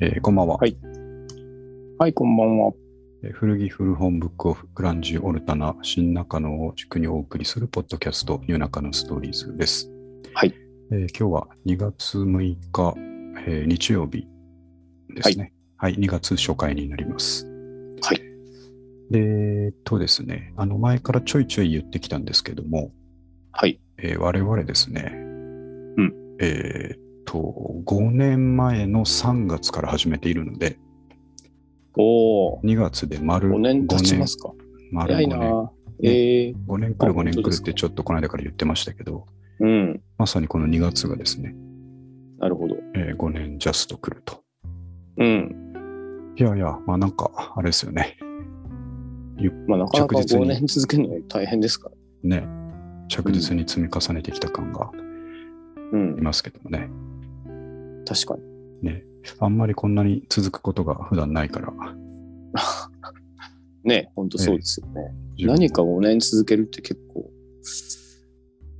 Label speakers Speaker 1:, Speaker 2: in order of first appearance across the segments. Speaker 1: えーこんばんは、
Speaker 2: はいはい、こんばんは。
Speaker 1: えー古着古本ブックオフグランジュオルタナ新中野を軸にお送りするポッドキャスト「ニューナカのストーリーズ」です。
Speaker 2: はい
Speaker 1: えー今日は2月6日、えー日曜日ですね。はい、2月初回になります。
Speaker 2: はい。
Speaker 1: で、えーっとですね、あの前からちょいちょい言ってきたんですけども、
Speaker 2: はい。
Speaker 1: えー我々ですね、
Speaker 2: ん
Speaker 1: えーっと、5年前の3月から始めているので、
Speaker 2: おお、
Speaker 1: 2月で丸
Speaker 2: 5年経
Speaker 1: 5
Speaker 2: ち
Speaker 1: 年
Speaker 2: ますか。
Speaker 1: 丸
Speaker 2: 早
Speaker 1: 5
Speaker 2: いな
Speaker 1: 年。
Speaker 2: ええー、
Speaker 1: 5年来る
Speaker 2: あ
Speaker 1: 5年来る
Speaker 2: 本当で
Speaker 1: っ
Speaker 2: すか
Speaker 1: てちょっとこの間から言ってましたけど、
Speaker 2: うん、
Speaker 1: まさにこの2月がですね、
Speaker 2: なるほど。
Speaker 1: え5年ジャスト来ると。
Speaker 2: うん。
Speaker 1: いやいや、まあなんか、あれですよね。
Speaker 2: まあ、なかなか
Speaker 1: 着実
Speaker 2: 5
Speaker 1: に
Speaker 2: 年続けるの大変ですから。
Speaker 1: ね、着実に積み重ねてきた感があ
Speaker 2: うん
Speaker 1: り、ますけどもね、
Speaker 2: 確かに。
Speaker 1: あんまりこんなに続くことが普段ないから、
Speaker 2: ね、本当そうですよね。
Speaker 1: 自分
Speaker 2: 何か5年続けるって結構、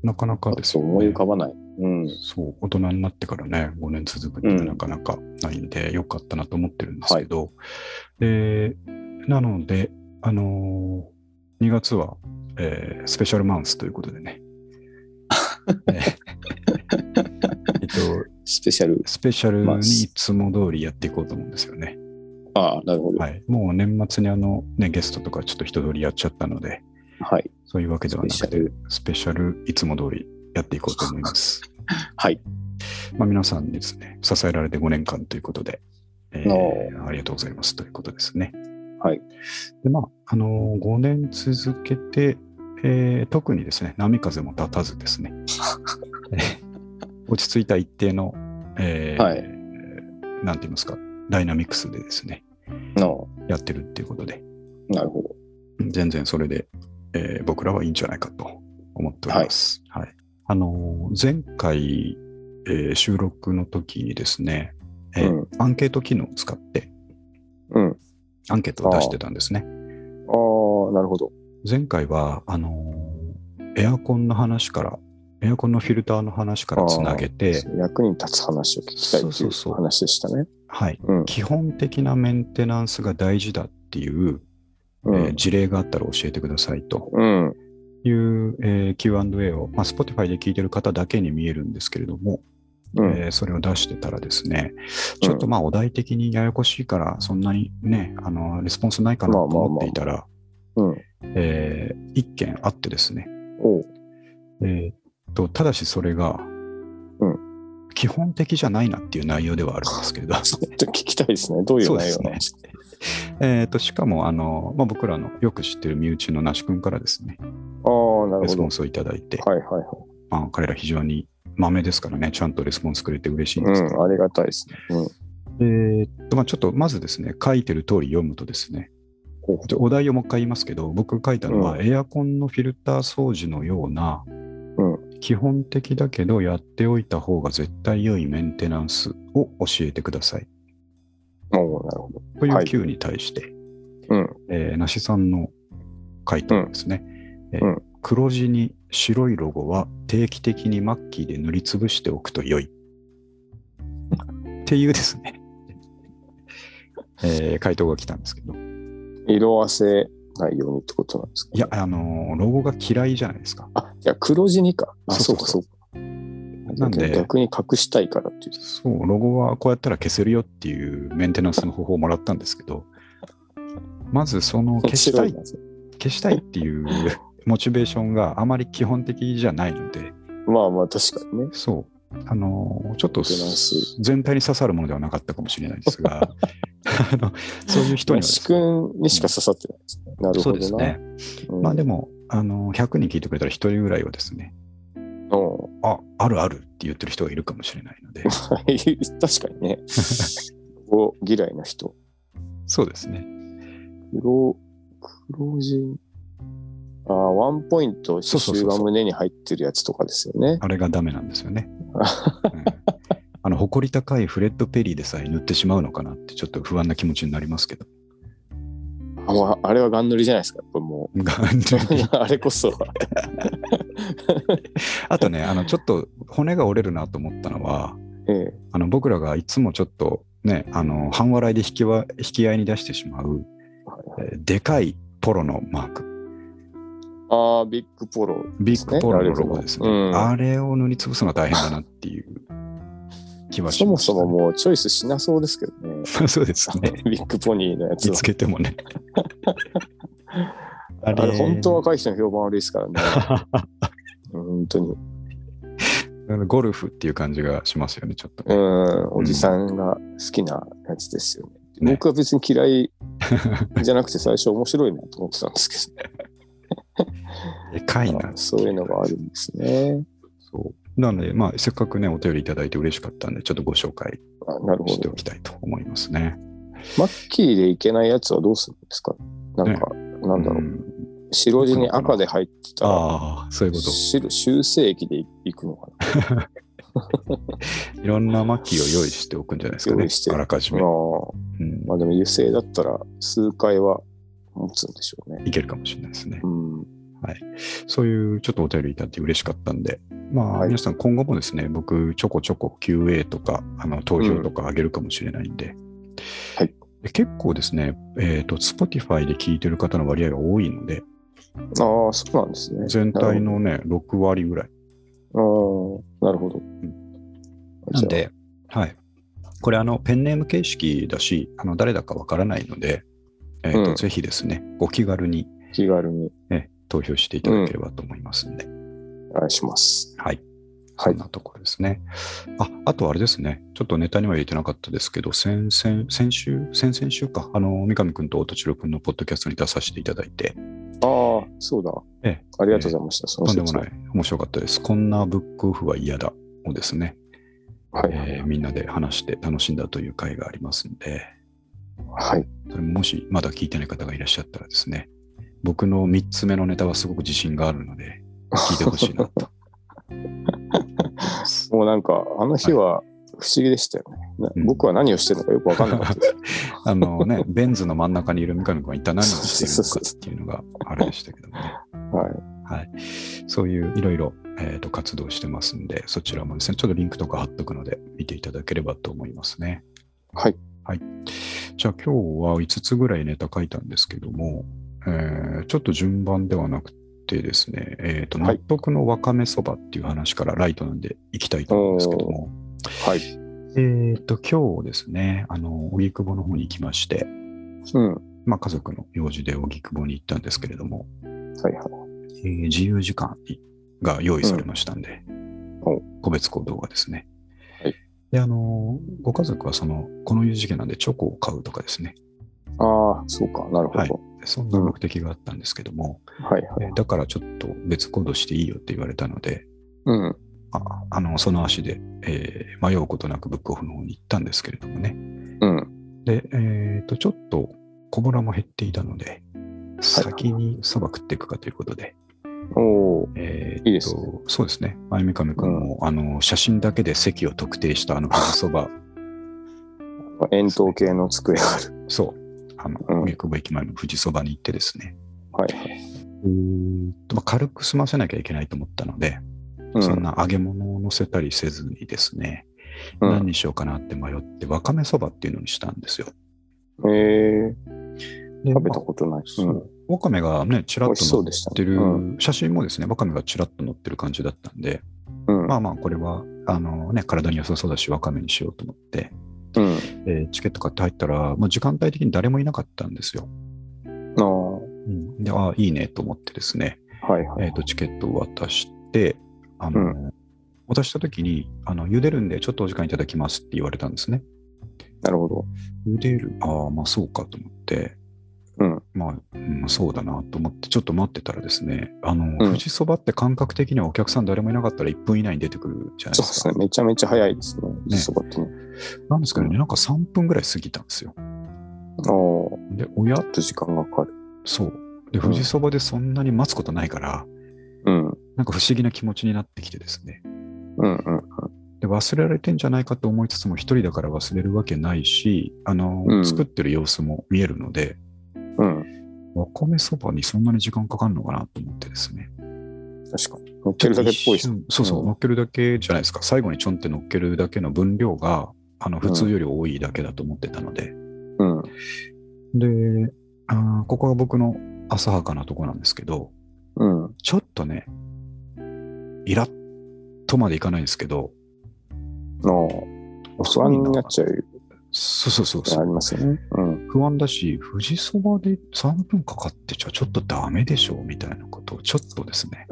Speaker 1: なかなかです
Speaker 2: そう
Speaker 1: よね
Speaker 2: 思い浮かばない。うん、
Speaker 1: そう、大人になってからね、5年続くってなかなかないんで、良かったなと思ってるんですけど、で、なので、あのー2月は、えースペシャルマンスということで ね、えっと、
Speaker 2: スペシャル。
Speaker 1: スペシャルにいつも通りやっていこうと思うんですよね。
Speaker 2: ああ、なるほど。は
Speaker 1: はい、もう年末にあの、ね、ゲストとかちょっと人通りやっちゃったので、
Speaker 2: い。
Speaker 1: そういうわけではなく
Speaker 2: スペシャ
Speaker 1: て
Speaker 2: ル、
Speaker 1: スペシャルいつも通りやっていこうと思います。
Speaker 2: はい。
Speaker 1: まあ、皆さんにですね、支えられて5年間ということで、えー
Speaker 2: お
Speaker 1: ありがとうございますということですね。
Speaker 2: はい。
Speaker 1: で、まあ、あのー、5年続けて、えー特にですね、波風も立たずです ね、えー落ち着いた一定の、えー
Speaker 2: はい
Speaker 1: なんて言いますか、ダイナミクスでですね、
Speaker 2: の
Speaker 1: やってるっていうことで、
Speaker 2: なるほど。
Speaker 1: 全然それで、えー僕らはいいんじゃないかと思っております。はい。あのー前回、えー収録の時にですね、えー
Speaker 2: うん
Speaker 1: アンケート機能を使って
Speaker 2: うん。
Speaker 1: アンケートを出してたんですね。
Speaker 2: ああ、なるほど。
Speaker 1: 前回は、あのーエアコンの話から、エアコンのフィルターの話からつなげて、
Speaker 2: 役に立つ話を聞きたいと
Speaker 1: そそ
Speaker 2: いう
Speaker 1: うそう
Speaker 2: う話でしたね。
Speaker 1: はい、
Speaker 2: うん
Speaker 1: 基本的なメンテナンスが大事だっていう、
Speaker 2: う
Speaker 1: えー
Speaker 2: ん。
Speaker 1: 事例があったら教えてくださいと
Speaker 2: うん。
Speaker 1: いう、えー Q&A を、まあ、Spotify で聞いてる方だけに見えるんですけれども、
Speaker 2: うん。
Speaker 1: えーそれを出してたらですね、ちょっとまあお題的にややこしいから、そんなにね、あのレスポンスないかなと
Speaker 2: まあまあまあ
Speaker 1: 思っていたら、
Speaker 2: うん。
Speaker 1: えー一件あってですね、
Speaker 2: おう。
Speaker 1: えーっとただしそれが、
Speaker 2: う
Speaker 1: 基本的じゃないなっていう内容ではあるんですけれど、
Speaker 2: ちょっと聞きたいですね。どういう内容なんですか
Speaker 1: えーっとしかもあの、まあ、僕らのよく知ってる身内の那須君からですね、
Speaker 2: ああ、なる
Speaker 1: レスポ
Speaker 2: ほ
Speaker 1: ンスをいただいて、
Speaker 2: ど。はいはいはい。
Speaker 1: まあ、彼ら非常に豆ですからね、ちゃんとレスポンスくれて嬉しいんですけど
Speaker 2: うん、ありがたいですね。うん。
Speaker 1: えーっとまあ、ちょっとまずですね、書いてる通り読むとですね、
Speaker 2: ほうほ
Speaker 1: ちょお題をもう一回言いますけど、僕書いたのは、
Speaker 2: う
Speaker 1: エアコンのフィルター掃除のような、
Speaker 2: う
Speaker 1: 基本的だけどやっておいた方が絶対良いメンテナンスを教えてください
Speaker 2: おうなるほど。
Speaker 1: とい
Speaker 2: は
Speaker 1: う
Speaker 2: い
Speaker 1: Q に対して、
Speaker 2: うん。
Speaker 1: えーなしさんの回答ですね、えー
Speaker 2: うん
Speaker 1: 黒地に白いロゴは定期的にマッキーで塗りつぶしておくと良い。っていうですね、 えー回答が来たんですけど、
Speaker 2: 色あせないようにってことなんですか
Speaker 1: いや、あのーロゴが嫌いじゃないですか。
Speaker 2: あ、いや、黒地にか。あ、
Speaker 1: そ
Speaker 2: そう
Speaker 1: そ
Speaker 2: うか
Speaker 1: う
Speaker 2: そうか。
Speaker 1: なんで、
Speaker 2: 逆に隠したいからっていう。
Speaker 1: そう、ロゴはこうやったら消せるよっていうメンテナンスの方法をもらったんですけど、まずその消したい
Speaker 2: 面、白
Speaker 1: 消したいっていうモチベーションがあまり基本的じゃないので、
Speaker 2: なまあまあ、確かにね。
Speaker 1: そう、あのーちょっと
Speaker 2: メンテナンス
Speaker 1: 全体に刺さるものではなかったかもしれないです が、あのそういう人にはです
Speaker 2: 仕
Speaker 1: ね、
Speaker 2: 君にしか刺さってないですね。なる
Speaker 1: そ
Speaker 2: ほ
Speaker 1: うです
Speaker 2: どな。
Speaker 1: ね。
Speaker 2: うん
Speaker 1: まあでも、あのー100人聞いてくれたら1人ぐらいはですね、
Speaker 2: うん
Speaker 1: あ、あるあるって言ってる人がいるかもしれないの で、
Speaker 2: 確かに ね。お嫌いな人。
Speaker 1: そうですね。
Speaker 2: 黒、黒地に。ああ、ワンポイント、刺
Speaker 1: そうそうそうそ
Speaker 2: 繍
Speaker 1: う
Speaker 2: が胸に入ってるやつとかですよね。
Speaker 1: あれがダメなんですよ ね。うんあの誇り高いフレッド・ペリーでさえ塗ってしまうのかなってちょっと不安な気持ちになります けど。
Speaker 2: あもうあれはガン塗りじゃないですか。やっぱもう。 いやあれこそは。
Speaker 1: あとね、あのちょっと骨が折れるなと思ったのは、
Speaker 2: ええ
Speaker 1: あの僕らがいつもちょっとね、あの半笑いで引きわ引き合いに出してしまう、えーでかいポロのマーク、
Speaker 2: ああ、ビッグポロ、
Speaker 1: ビッグポロのロゴですね。
Speaker 2: うん
Speaker 1: あれを塗りつぶすのは大変だなっていう気はし
Speaker 2: そ
Speaker 1: ま
Speaker 2: も
Speaker 1: す。
Speaker 2: そももうチョイスしなそうですけどね。
Speaker 1: そうですね。
Speaker 2: ビッグポニーのやつ
Speaker 1: 見
Speaker 2: は
Speaker 1: つ。けてもね。あ
Speaker 2: あれ、本当若い人の評判悪いですからね。本当に。
Speaker 1: ゴルフっていう感じがしますよね、ちょっと
Speaker 2: う
Speaker 1: ね。
Speaker 2: ん、おじさんが好きなやつですよね。
Speaker 1: ね
Speaker 2: 僕は別に 嫌いじゃなくて最初面白いなと思ってたんですけど、
Speaker 1: でかいな。
Speaker 2: そういうのがあるんですね。
Speaker 1: そう。なので、まあ、せっかくね、お便りいただいて嬉しかったんで、ちょっとご紹介
Speaker 2: あなるほ
Speaker 1: して
Speaker 2: ど
Speaker 1: お。きたいと思いますね。
Speaker 2: マッキーでいけないやつはどうするんですかなんか、なんだろう、
Speaker 1: ん
Speaker 2: 白地に赤で入ってたら、
Speaker 1: ああ、そういうこ
Speaker 2: 白修正液でいくのかな。
Speaker 1: と。いろんなマッキーを用意しておくんじゃないですか
Speaker 2: 用
Speaker 1: ね
Speaker 2: 意して。
Speaker 1: あらかじ
Speaker 2: ま
Speaker 1: め。
Speaker 2: あ、
Speaker 1: うん
Speaker 2: まあでも油性だったら数回は持つんでしょうね。
Speaker 1: いけるかもしれないですね
Speaker 2: う。ん。
Speaker 1: そういうちょっとお便りいただいて嬉しかったんで、まあ、
Speaker 2: はい
Speaker 1: 皆さん今後もですね、僕、ちょこちょこ QA とか、あの投票とかあげるかもしれないんで、
Speaker 2: はい
Speaker 1: で結構ですね、えっ、と、Spotify で聞いてる方の割合が多いので、
Speaker 2: ああ、そうなんですね。
Speaker 1: 全体のね、6割ぐらい。
Speaker 2: なるほど。ああ、なるほど。
Speaker 1: なんで、はい。これ、あの、ペンネーム形式だし、あの誰だかわからないので、えっ、と、
Speaker 2: うん
Speaker 1: ぜひですね、お気軽に、
Speaker 2: じゃあ気軽に
Speaker 1: ね、投票していただければと思いますんで、
Speaker 2: お願いします。
Speaker 1: はい。
Speaker 2: は
Speaker 1: そ
Speaker 2: い
Speaker 1: んなところですね。あ、あとあれですね。ちょっとネタには入れてなかったですけど、先先先週、先々週か、あの、三上くんと音千代くんのポッドキャストに出させていただいて、
Speaker 2: ああ、そうだ。
Speaker 1: ええ
Speaker 2: ありがとうございました。その
Speaker 1: とんでも
Speaker 2: 説明
Speaker 1: ない、面白かったです。こんなブックオフは嫌だをですね、
Speaker 2: はい、
Speaker 1: えーみんなで話して楽しんだという回がありますんで、
Speaker 2: はい。
Speaker 1: それももしまだ聞いてない方がいらっしゃったらですね、僕の3つ目のネタはすごく自信があるので、聞いてほしいなと。
Speaker 2: もうなんか、あの日は不思議でしたよね。な
Speaker 1: うん
Speaker 2: 僕は何をしてるのかよくわかんなかったです。
Speaker 1: あのね、 ベンズの真ん中にいる三上君は一体何をしているのかっていうのがあれでしたけどもね。
Speaker 2: はい。
Speaker 1: はい。そういういろいろ、えーと活動してますんで、そちらもですね、ちょっとリンクとか貼っとくので、見ていただければと思いますね。
Speaker 2: はい。
Speaker 1: はい。じゃあ今日は5つぐらいネタ書いたんですけども、えーちょっと順番ではなくてですね、えーと、
Speaker 2: は
Speaker 1: 納
Speaker 2: い
Speaker 1: 得のわかめそばっていう話からライトなんでいきたいと思うんですけども、
Speaker 2: はい。
Speaker 1: えっと、今日ですね、あの、荻窪の方に行きまして、
Speaker 2: うん。
Speaker 1: まあ、家族の用事で荻窪に行ったんですけれども、
Speaker 2: はいは
Speaker 1: えー自由時間が用意されましたんで、
Speaker 2: お
Speaker 1: 個別行動がですね。
Speaker 2: はい
Speaker 1: で、あのーご家族はその、このいう事件なんでチョコを買うとかですね、
Speaker 2: い。ああ、そうか。なるほど。
Speaker 1: は
Speaker 2: はいい
Speaker 1: そんな目的があったんですけども、
Speaker 2: はい。
Speaker 1: えーだからちょっと別行動していいよって言われたので、
Speaker 2: うん。
Speaker 1: ああのその足で、えー迷うことなくブックオフの方に行ったんですけれどもね。
Speaker 2: うん。
Speaker 1: で、えっとちょっと小腹も減っていたので、先にそば食っていくかということで、
Speaker 2: おお
Speaker 1: えーっと
Speaker 2: いいですね
Speaker 1: そうですね。前三上君も、あの写真だけで席を特定したあ の富士そば、
Speaker 2: ー。円筒形の机がある。
Speaker 1: そう、あの、
Speaker 2: うん
Speaker 1: 三久保駅前の富士そばに行ってですね、
Speaker 2: はいはい。
Speaker 1: まあ、軽く済ませなきゃいけないと思ったので、
Speaker 2: うん
Speaker 1: そんな揚げ物を乗せたりせずにですね、何にしようかなって迷って、わかめそばっていうのにしたんですよ。
Speaker 2: うん、えー、
Speaker 1: で
Speaker 2: 食べたことない。
Speaker 1: そうわかめがね、ちらっ
Speaker 2: 美
Speaker 1: と
Speaker 2: 味しそ
Speaker 1: 載
Speaker 2: うでした
Speaker 1: っ
Speaker 2: ね
Speaker 1: てる、
Speaker 2: う
Speaker 1: 写真もですね、わかめがちらっと載ってる感じだったんで、
Speaker 2: うん。うん
Speaker 1: まあまあ、これは、あのね、体に良さそうだし、わかめにしようと思って、
Speaker 2: うん。
Speaker 1: えーチケット買って入ったら、まあ、時間帯的に誰もいなかったんですよ。
Speaker 2: ああ
Speaker 1: で、ああ、いいねと思ってですね、
Speaker 2: はいはい。
Speaker 1: えーと、チケットを渡して、あの、
Speaker 2: う
Speaker 1: 渡した時に、あの、茹でるんでちょっとお時間いただきますって言われたんですね。
Speaker 2: なるほど。
Speaker 1: 茹でるああ、まあそうかと思って、
Speaker 2: うん。
Speaker 1: まあ、うんそうだなと思って、ちょっと待ってたらですね、あの、
Speaker 2: ん
Speaker 1: 富士そばって感覚的にはお客さん誰もいなかったら1分以内に出てくるじゃないで
Speaker 2: そうですす
Speaker 1: か。
Speaker 2: ね。めちゃめちゃ早いですね。
Speaker 1: ね
Speaker 2: そばってね。
Speaker 1: なんですけどね、なんか3分ぐらい過ぎたんですよ。
Speaker 2: ああ、ちょ
Speaker 1: で、おや
Speaker 2: っと時間がかかる。
Speaker 1: そう。で、
Speaker 2: ん
Speaker 1: 富士そばでそんなに待つことないから、
Speaker 2: うん。
Speaker 1: なんか不思議な気持ちになってきてですね。
Speaker 2: うんうん。
Speaker 1: で忘れられてんじゃないかと思いつつも、一人だから忘れるわけないし、あの、
Speaker 2: うん
Speaker 1: 作ってる様子も見えるので、
Speaker 2: うん。
Speaker 1: わかめそばにそんなに時間かかるのかなと思ってですね。
Speaker 2: 確かに。乗っけるだけっぽい
Speaker 1: 一
Speaker 2: です。
Speaker 1: 瞬そうそう、
Speaker 2: うん
Speaker 1: 乗っけるだけじゃないですか。最後にちょんって乗っけるだけの分量が、あの普通より多いだけだと思ってたので、
Speaker 2: うん。
Speaker 1: であーここが僕の浅はかなとこなんですけど
Speaker 2: うん。
Speaker 1: ちょっとねイラッとまでいかないんですけど
Speaker 2: の、不安になっちゃう
Speaker 1: そうそうそう
Speaker 2: の
Speaker 1: そ
Speaker 2: あ
Speaker 1: う
Speaker 2: りますよね。うん。
Speaker 1: 不安だし富士そばで3分かかってちゃちょっとダメでしょうみたいなことをちょっとですね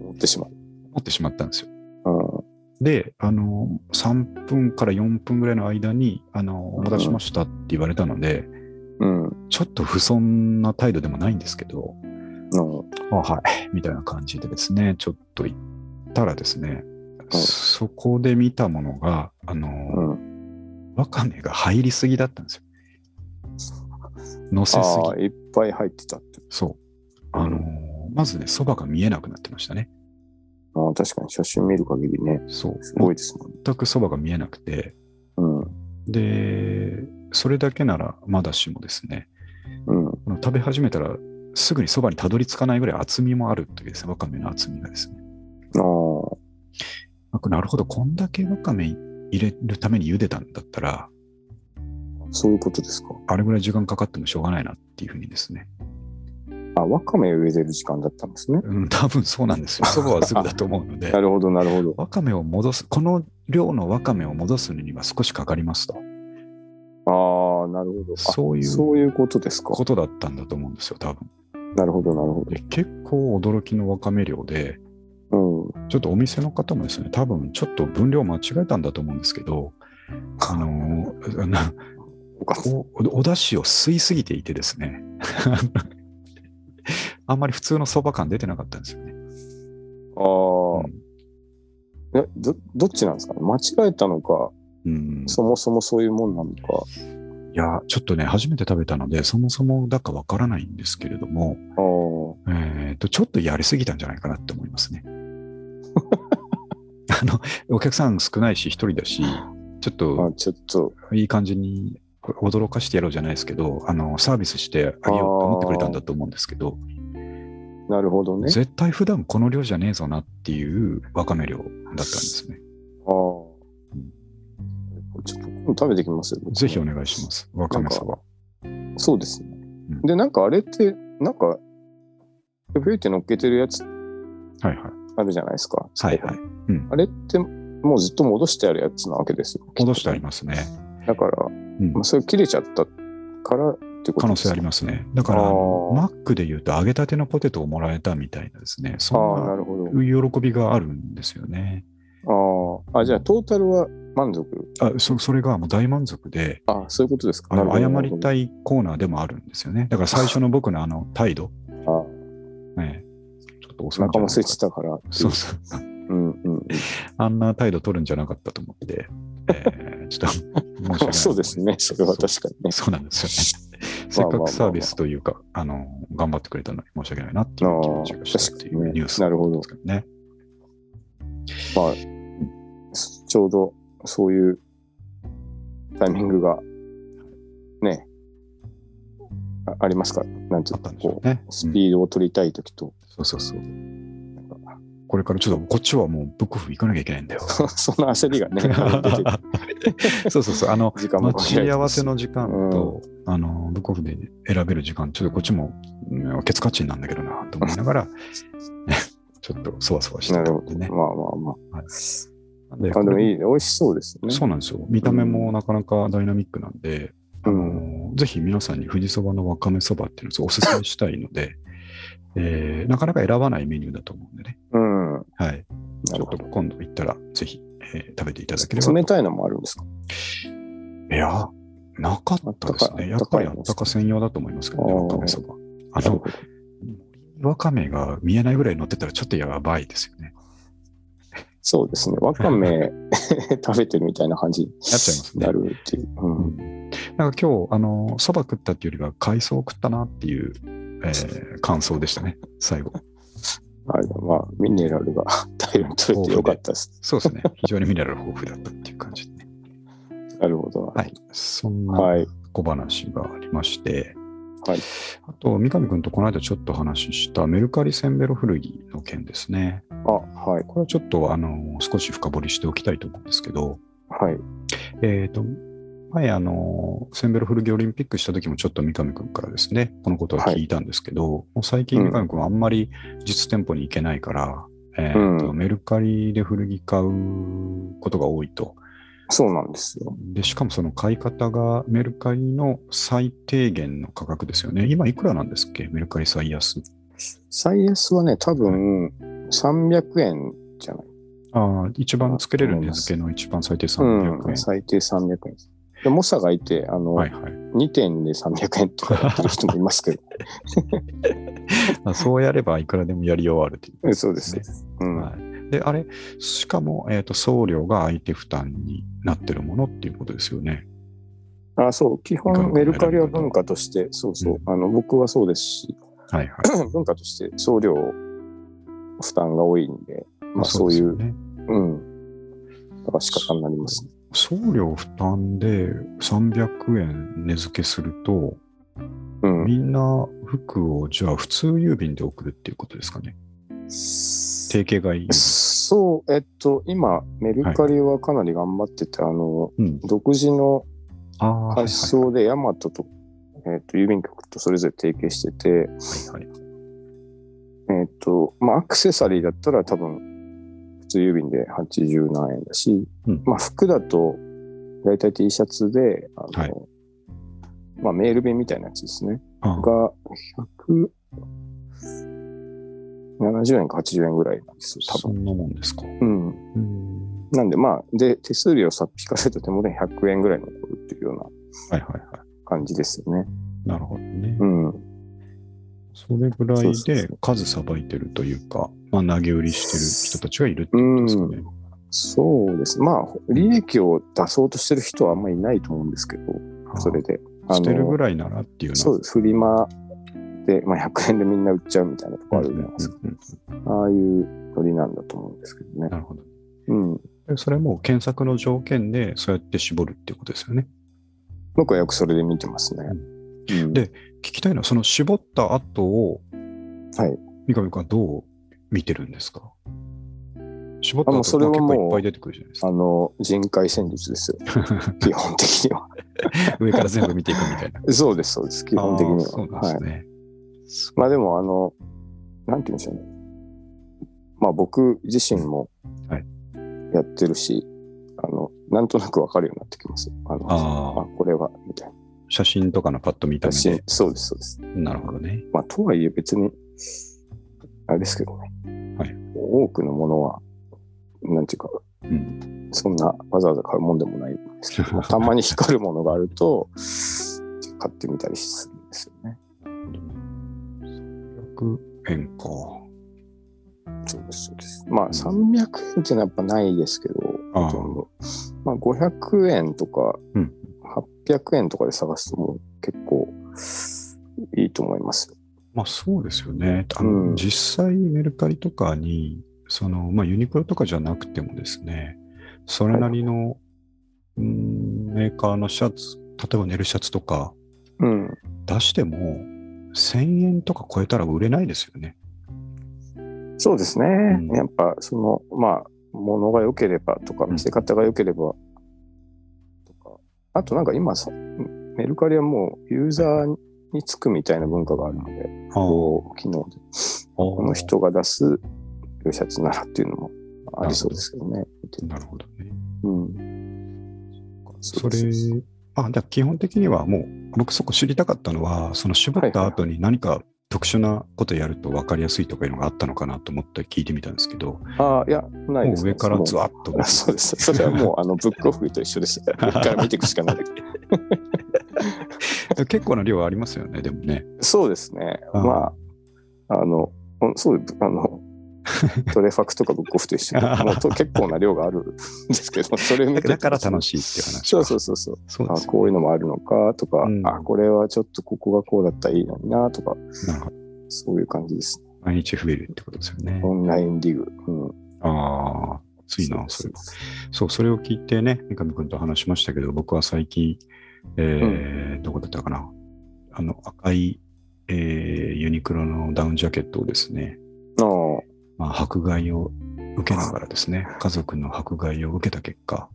Speaker 2: 思ってしまう。
Speaker 1: 思ってしまったんですよ
Speaker 2: うん。
Speaker 1: であの3分から4分ぐらいの間にあのお待たせしましたって言われたので、
Speaker 2: うん。
Speaker 1: ちょっと不遜な態度でもないんですけど、
Speaker 2: の、
Speaker 1: あはい、みたいな感じでですね、ちょっと行ったらですね、
Speaker 2: うん
Speaker 1: そこで見たものが、あの、
Speaker 2: うん。
Speaker 1: わかめが入りすぎだったんですよ。乗せす
Speaker 2: ああ、
Speaker 1: ぎ。
Speaker 2: いっぱい入ってたって。
Speaker 1: そう。あの、まずね、そばが見えなくなってましたね。
Speaker 2: ああ、確かに写真見る限りね、
Speaker 1: そう。
Speaker 2: すごいですもんね。
Speaker 1: 全くそばが見えなくて、で、それだけならまだしもですね、
Speaker 2: うん。うん。
Speaker 1: この食べ始めたら、すぐにそばにたどり着かないぐらい厚みもあるというですね、わかめの厚みがですね。
Speaker 2: あ
Speaker 1: なんかなるほど、こんだけわかめ入れるために茹でたんだったら、
Speaker 2: あ、そういうことですか。
Speaker 1: あれぐらい時間かかってもしょうがないなっていうふうにですね。
Speaker 2: あ、わかめを茹でる時間だったんですね。
Speaker 1: うん、多分そうなん ですよ。そばはすぐだと思うので
Speaker 2: な、るほど、なるほど。
Speaker 1: わかめを戻す、この量のわかめを戻すには少しかかりますと、
Speaker 2: ああ、なるほど。あ
Speaker 1: そういう
Speaker 2: そういうことですか。
Speaker 1: ことだったんだと思うんですよ、多分。
Speaker 2: なるほど、なるほ
Speaker 1: で結構驚きのわかめ量で、
Speaker 2: ど。うん。
Speaker 1: ちょっとお店の方もですね、多分ちょっと分量間違えたんだと思うんですけど、あのー、な
Speaker 2: おかず。
Speaker 1: おお出汁を吸いすぎていてですね、 あんまり普通のそば感出てなかったんですよね。
Speaker 2: ああ
Speaker 1: う、
Speaker 2: えどどっちなんですかね間違えたのか、
Speaker 1: うん、
Speaker 2: そもそもそういうもんなのか。
Speaker 1: いや、ちょっとね、初めて食べたので、そもそもだかわからないんですけれども、
Speaker 2: あー
Speaker 1: えー、とちょっとやりすぎたんじゃないかなって思います ね。あのお客さん少ないし、一人だし、ちょっ
Speaker 2: まあ
Speaker 1: と
Speaker 2: ちょっと、
Speaker 1: いい感じに驚かしてやろうじゃないですけど、あのサービスしてあげようと思ってくれたんだと思うんですけど、
Speaker 2: なるほどね。
Speaker 1: 絶対普段この量じゃねえぞなっていうわかめ量だったんですね。
Speaker 2: ああ。ちょっと今度食べてきますよ。僕
Speaker 1: ぜひお願いします、わかめそば。
Speaker 2: そうですね
Speaker 1: うん。
Speaker 2: で、なんかあれって、なんか、ピューって乗っけてるやつ
Speaker 1: はいはい。
Speaker 2: あるじゃないですか。
Speaker 1: はいはい。
Speaker 2: あれって、もうずっと戻してあるやつなわけですよ。
Speaker 1: 戻してありますね。
Speaker 2: だから、
Speaker 1: うん
Speaker 2: まあ、それ切れちゃったからってこと
Speaker 1: 可能
Speaker 2: です
Speaker 1: 性あ
Speaker 2: か
Speaker 1: りますね。だから、
Speaker 2: あー
Speaker 1: あのマックで言うと揚げたてのポテトをもらえたみたいなですね、
Speaker 2: あ
Speaker 1: そ
Speaker 2: あ、なんるほど。
Speaker 1: な喜びがあるんですよね。
Speaker 2: あああ、じゃあトータルは満足。
Speaker 1: あそそれがもう大満足で、
Speaker 2: あそういうことですか。
Speaker 1: あの謝
Speaker 2: な
Speaker 1: り
Speaker 2: るほど
Speaker 1: たいコーナーでもあるんですよね。だから最初の僕のあの態度、
Speaker 2: あ
Speaker 1: ええちょっと遅いんじ
Speaker 2: 仲
Speaker 1: ゃない
Speaker 2: 間せ
Speaker 1: か
Speaker 2: ちたからってい。
Speaker 1: そうそう。
Speaker 2: うんうん。
Speaker 1: あんな態度取るんじゃなかったと思って、ええちょっと申し訳ない
Speaker 2: あ そうですね。それは確かにね。
Speaker 1: そうなんですよね。せっかくサービスというか、あの、頑張ってくれたのに申し訳ないなっていう気持ちがしたってい
Speaker 2: あー確かに
Speaker 1: う
Speaker 2: ね
Speaker 1: ニュース
Speaker 2: なるほど
Speaker 1: ですけどね。
Speaker 2: まあ、ちょうどそういうタイミングが、ね、あありますから、なんて
Speaker 1: あ
Speaker 2: いう
Speaker 1: った
Speaker 2: か、
Speaker 1: んでしょ
Speaker 2: こ
Speaker 1: うね。
Speaker 2: う、スピードを取りたいとき と、
Speaker 1: そうそうそう。これからちょっとこっちはもうブックオフ行かなきゃいけないんだよ。
Speaker 2: その焦り がね、 出て
Speaker 1: そうそうそう。あの、
Speaker 2: 時間も
Speaker 1: 待
Speaker 2: 限られ
Speaker 1: ち
Speaker 2: て
Speaker 1: 合
Speaker 2: ま
Speaker 1: わ
Speaker 2: す
Speaker 1: せの時間と、あの、ブックオフで選べる時間、ちょっとこっちも、うん、ケツカッチンなんだけどな、と思いな がら、ねちょっとそわそわして
Speaker 2: な
Speaker 1: た
Speaker 2: る
Speaker 1: ん
Speaker 2: ほ
Speaker 1: で
Speaker 2: ど。
Speaker 1: ね。
Speaker 2: まあまあま
Speaker 1: で
Speaker 2: あ。あでもいいね。美味しそうですね。
Speaker 1: そうなんですよ。見た目もなかなかダイナミックなんで、
Speaker 2: う
Speaker 1: あ
Speaker 2: ん。
Speaker 1: のぜひ皆さんに富士そばのわかめそばっていうのをおすすめしたいので、えーなかなか選ばないメニューだと思うんでね。
Speaker 2: うん。
Speaker 1: はい。ちょ
Speaker 2: なる
Speaker 1: っ
Speaker 2: ほ
Speaker 1: と
Speaker 2: ど。
Speaker 1: 今度行ったら、ぜひ、えー食べていただければと。
Speaker 2: 冷たいのもあるんですか
Speaker 1: いや、なかったですね。や
Speaker 2: あ
Speaker 1: っ
Speaker 2: った
Speaker 1: ぱ
Speaker 2: かい
Speaker 1: りあったか専用だと思いますけどね、
Speaker 2: あー
Speaker 1: わかめそば。あ
Speaker 2: なる
Speaker 1: の
Speaker 2: ほ、ど
Speaker 1: わかめが見えないぐらい乗ってたらちょっとやばいですよね。
Speaker 2: そうですね。わかめ 食べてるみたいな感じに
Speaker 1: なっちゃいますね
Speaker 2: なるっていう。う
Speaker 1: うんんなんか今日、あの、そば食ったっていうよりは海藻を食ったなっていう、えー感想でしたね、最後。
Speaker 2: あれだまあ、ミネラルが 大量に取れてよかったです。
Speaker 1: そうですね。 非常にミネラル豊富だったっていう感じでね。
Speaker 2: なるほど。
Speaker 1: はい。そんな
Speaker 2: はい。
Speaker 1: 小話がありまして、
Speaker 2: はい。
Speaker 1: あと、三上君とこの間ちょっと話したメルカリセンベロ古着の件ですね。
Speaker 2: あ、はい。
Speaker 1: これはちょっとあの少し深掘りしておきたいと思うんですけど、
Speaker 2: はい。
Speaker 1: えー、と前あの、センベロ古着オリンピックした時もちょっと三上君からですね、このことは聞いたんですけど、もう最近
Speaker 2: うん
Speaker 1: 三上君はあんまり実店舗に行けないから、えーと
Speaker 2: う
Speaker 1: メルカリで古着買うことが多いと。
Speaker 2: そうなんですよ。
Speaker 1: で、しかもその買い方がメルカリの最低限の価格ですよね。今いくらなんですっけメルカリ最安。
Speaker 2: 最安はね、多分300円じゃない。
Speaker 1: ああ、一番つけれる値付けの一番最低300
Speaker 2: うん、
Speaker 1: 円。
Speaker 2: 最低300円です。で、猛者がいて、あの、
Speaker 1: はいはい。
Speaker 2: 2点で300円とかやってる人もいま すけど、
Speaker 1: あそうやればいくらでもやり終わるという、
Speaker 2: うんそうですね。うん、
Speaker 1: はい、で、あれ、しかも、えー、と送料が相手負担になってるものっていうことですよね。
Speaker 2: あそう、基
Speaker 1: いかが
Speaker 2: 本
Speaker 1: な
Speaker 2: メルカリは文化として、そうそう、あの僕はそうですし、
Speaker 1: はいはい。
Speaker 2: 文化として送料負担が多いんで、まあそう
Speaker 1: で
Speaker 2: い
Speaker 1: す
Speaker 2: う、
Speaker 1: よね。
Speaker 2: うん、だから仕方になりますね。
Speaker 1: 送料負担で300円値付けすると、
Speaker 2: うん、
Speaker 1: みんな服をじゃあ普通郵便で送るっていうことですかね。定型外郵便。
Speaker 2: そう、えっと、今、メルカリはかなり頑張ってて、あの、
Speaker 1: うん。
Speaker 2: 独自の
Speaker 1: ああ、はいはい
Speaker 2: 発想でヤマトと、えっと、郵便局とそれぞれ提携してて、
Speaker 1: はいはい。
Speaker 2: えっと、まあ、アクセサリーだったら多分、普通郵便で80何円だし、
Speaker 1: うん
Speaker 2: まあ、服だと、大体 T シャツで、あの、
Speaker 1: はい
Speaker 2: まあ、メール便みたいなやつですね。
Speaker 1: あー
Speaker 2: が、100、70円か80円ぐらいなんですよ、多
Speaker 1: そんなもんですか。
Speaker 2: 分。うん。
Speaker 1: うん。
Speaker 2: なんでまあ、で、手数料さっきから言うと手元に100円ぐらい残るっていうような
Speaker 1: はいはいは
Speaker 2: 感じですよね。
Speaker 1: い。なるほどね。
Speaker 2: うん。
Speaker 1: それぐら
Speaker 2: そ
Speaker 1: いう
Speaker 2: そう
Speaker 1: で
Speaker 2: そ
Speaker 1: 数さばいてるというか、まあ、投げ売りしてる人たちがいるってことですかね。
Speaker 2: そうです。まあ、利益を出そうとしてる人はあんまりいないと思うんですけど、
Speaker 1: ああ
Speaker 2: それで。あ
Speaker 1: してるぐ
Speaker 2: の、
Speaker 1: らいならっていうの
Speaker 2: そう
Speaker 1: は。
Speaker 2: です。フリマで、まあ、100円でみんな売っちゃうみたいなとこあるじゃないですか。
Speaker 1: うんうん
Speaker 2: ああいうノリなんだと思うんですけどね
Speaker 1: な。るほど。
Speaker 2: うん。
Speaker 1: でそれも検索の条件でそうやって絞るっていうことですよね。
Speaker 2: 僕はよくそれで見てますね。うん
Speaker 1: で聞きたいのは、その絞った後を、
Speaker 2: はい。
Speaker 1: 三上君はどう見てるんですか絞っ
Speaker 2: あも
Speaker 1: た
Speaker 2: うそ
Speaker 1: 後
Speaker 2: れ
Speaker 1: が
Speaker 2: は
Speaker 1: 結
Speaker 2: も
Speaker 1: 構い
Speaker 2: う
Speaker 1: っぱい出てくるじゃないです
Speaker 2: あ
Speaker 1: か。
Speaker 2: の、人海戦 術ですよ。基本的には。
Speaker 1: 上から全部見ていくみたいな。
Speaker 2: そうです、そう です。基本的には。
Speaker 1: あーそうなん
Speaker 2: はい
Speaker 1: ですね。
Speaker 2: まあでも、あの、なんて言うんでしょうね。まあ僕自身も
Speaker 1: はい
Speaker 2: やってるし、あの、なんとなくわかるようになってきます。あの、
Speaker 1: あー
Speaker 2: あこれは、みたい
Speaker 1: 写真とかのパッと見た
Speaker 2: な。
Speaker 1: 目
Speaker 2: し
Speaker 1: で。
Speaker 2: そうです、そうです。
Speaker 1: なるほどね。
Speaker 2: まあ、とはいえ別に、あれですけどね。
Speaker 1: はい
Speaker 2: 多くのものは、なんていうか、
Speaker 1: うん
Speaker 2: そんなわざわざ買うもんでもないんですけど、たまに光るものがあると、買ってみたりするんですよね。
Speaker 1: 300円か。
Speaker 2: そうです、そうです。まあ、300円っていうのはやっぱないですけど、
Speaker 1: あ
Speaker 2: ほ
Speaker 1: あ
Speaker 2: とんどまあ、500円とか
Speaker 1: うん、
Speaker 2: 800円とかで探すともう結構いいと思いますよ。
Speaker 1: まあそうですよね。あの
Speaker 2: うん
Speaker 1: 実際メルカリとかに、そのまあ、ユニクロとかじゃなくてもですね、それなりの、うんメーカーのシャツ、例えば寝るシャツとか
Speaker 2: うん。
Speaker 1: 出しても1000円とか超えたら売れないですよね。
Speaker 2: そうですね。
Speaker 1: ん
Speaker 2: やっぱ、その、まあ、物が良ければとか、
Speaker 1: うん
Speaker 2: 見せ方が良ければとか、あとなんか今さ、メルカリはもうユーザーにつくみたいな文化があるので、
Speaker 1: ああ
Speaker 2: こう機能で、この人が出すシャツならっていうのもありそうですけどね。
Speaker 1: なるほどね。
Speaker 2: うん。
Speaker 1: そうれ
Speaker 2: です、
Speaker 1: あ、じゃあ基本的にはもう、僕そこ知りたかったのは、その絞った後に何か特殊なことやると分かりやすいとかいうのがあったのかなと思って聞いてみたんですけど、
Speaker 2: ああ、いや、
Speaker 1: も
Speaker 2: ないで
Speaker 1: う
Speaker 2: す、
Speaker 1: 上からズ
Speaker 2: わ
Speaker 1: ワッと。
Speaker 2: そうです。それはもう、あの、ブックオフと一 緒です。上から見ていくしかない。
Speaker 1: 結構な量ありますよね、でもね。
Speaker 2: そうですね。
Speaker 1: あー
Speaker 2: まあ、あの、うんそうです。あの、トレファクとかブックオフと一 緒で、もうと結構な量があるんですけど、それを見て
Speaker 1: だから楽しいっていう話。
Speaker 2: そうそうそうそう。
Speaker 1: そう
Speaker 2: あ
Speaker 1: です
Speaker 2: こういうのもあるのかとか、
Speaker 1: うん
Speaker 2: あこれはちょっとここがこうだったらいいのになとか、
Speaker 1: なるほど
Speaker 2: そういう感じですね。
Speaker 1: 毎日増えるってことですよね。
Speaker 2: オンラインリグ。うん。
Speaker 1: ああ、ついな、それ
Speaker 2: う
Speaker 1: は。そう、それを聞いてね、三上君と話しましたけど、僕は最近、えーどこだったかな、あの赤い、えーユニクロのダウンジャケットをですね、
Speaker 2: ああ、
Speaker 1: まあ、迫害を受けながらですね、家族の迫害を受けた結果、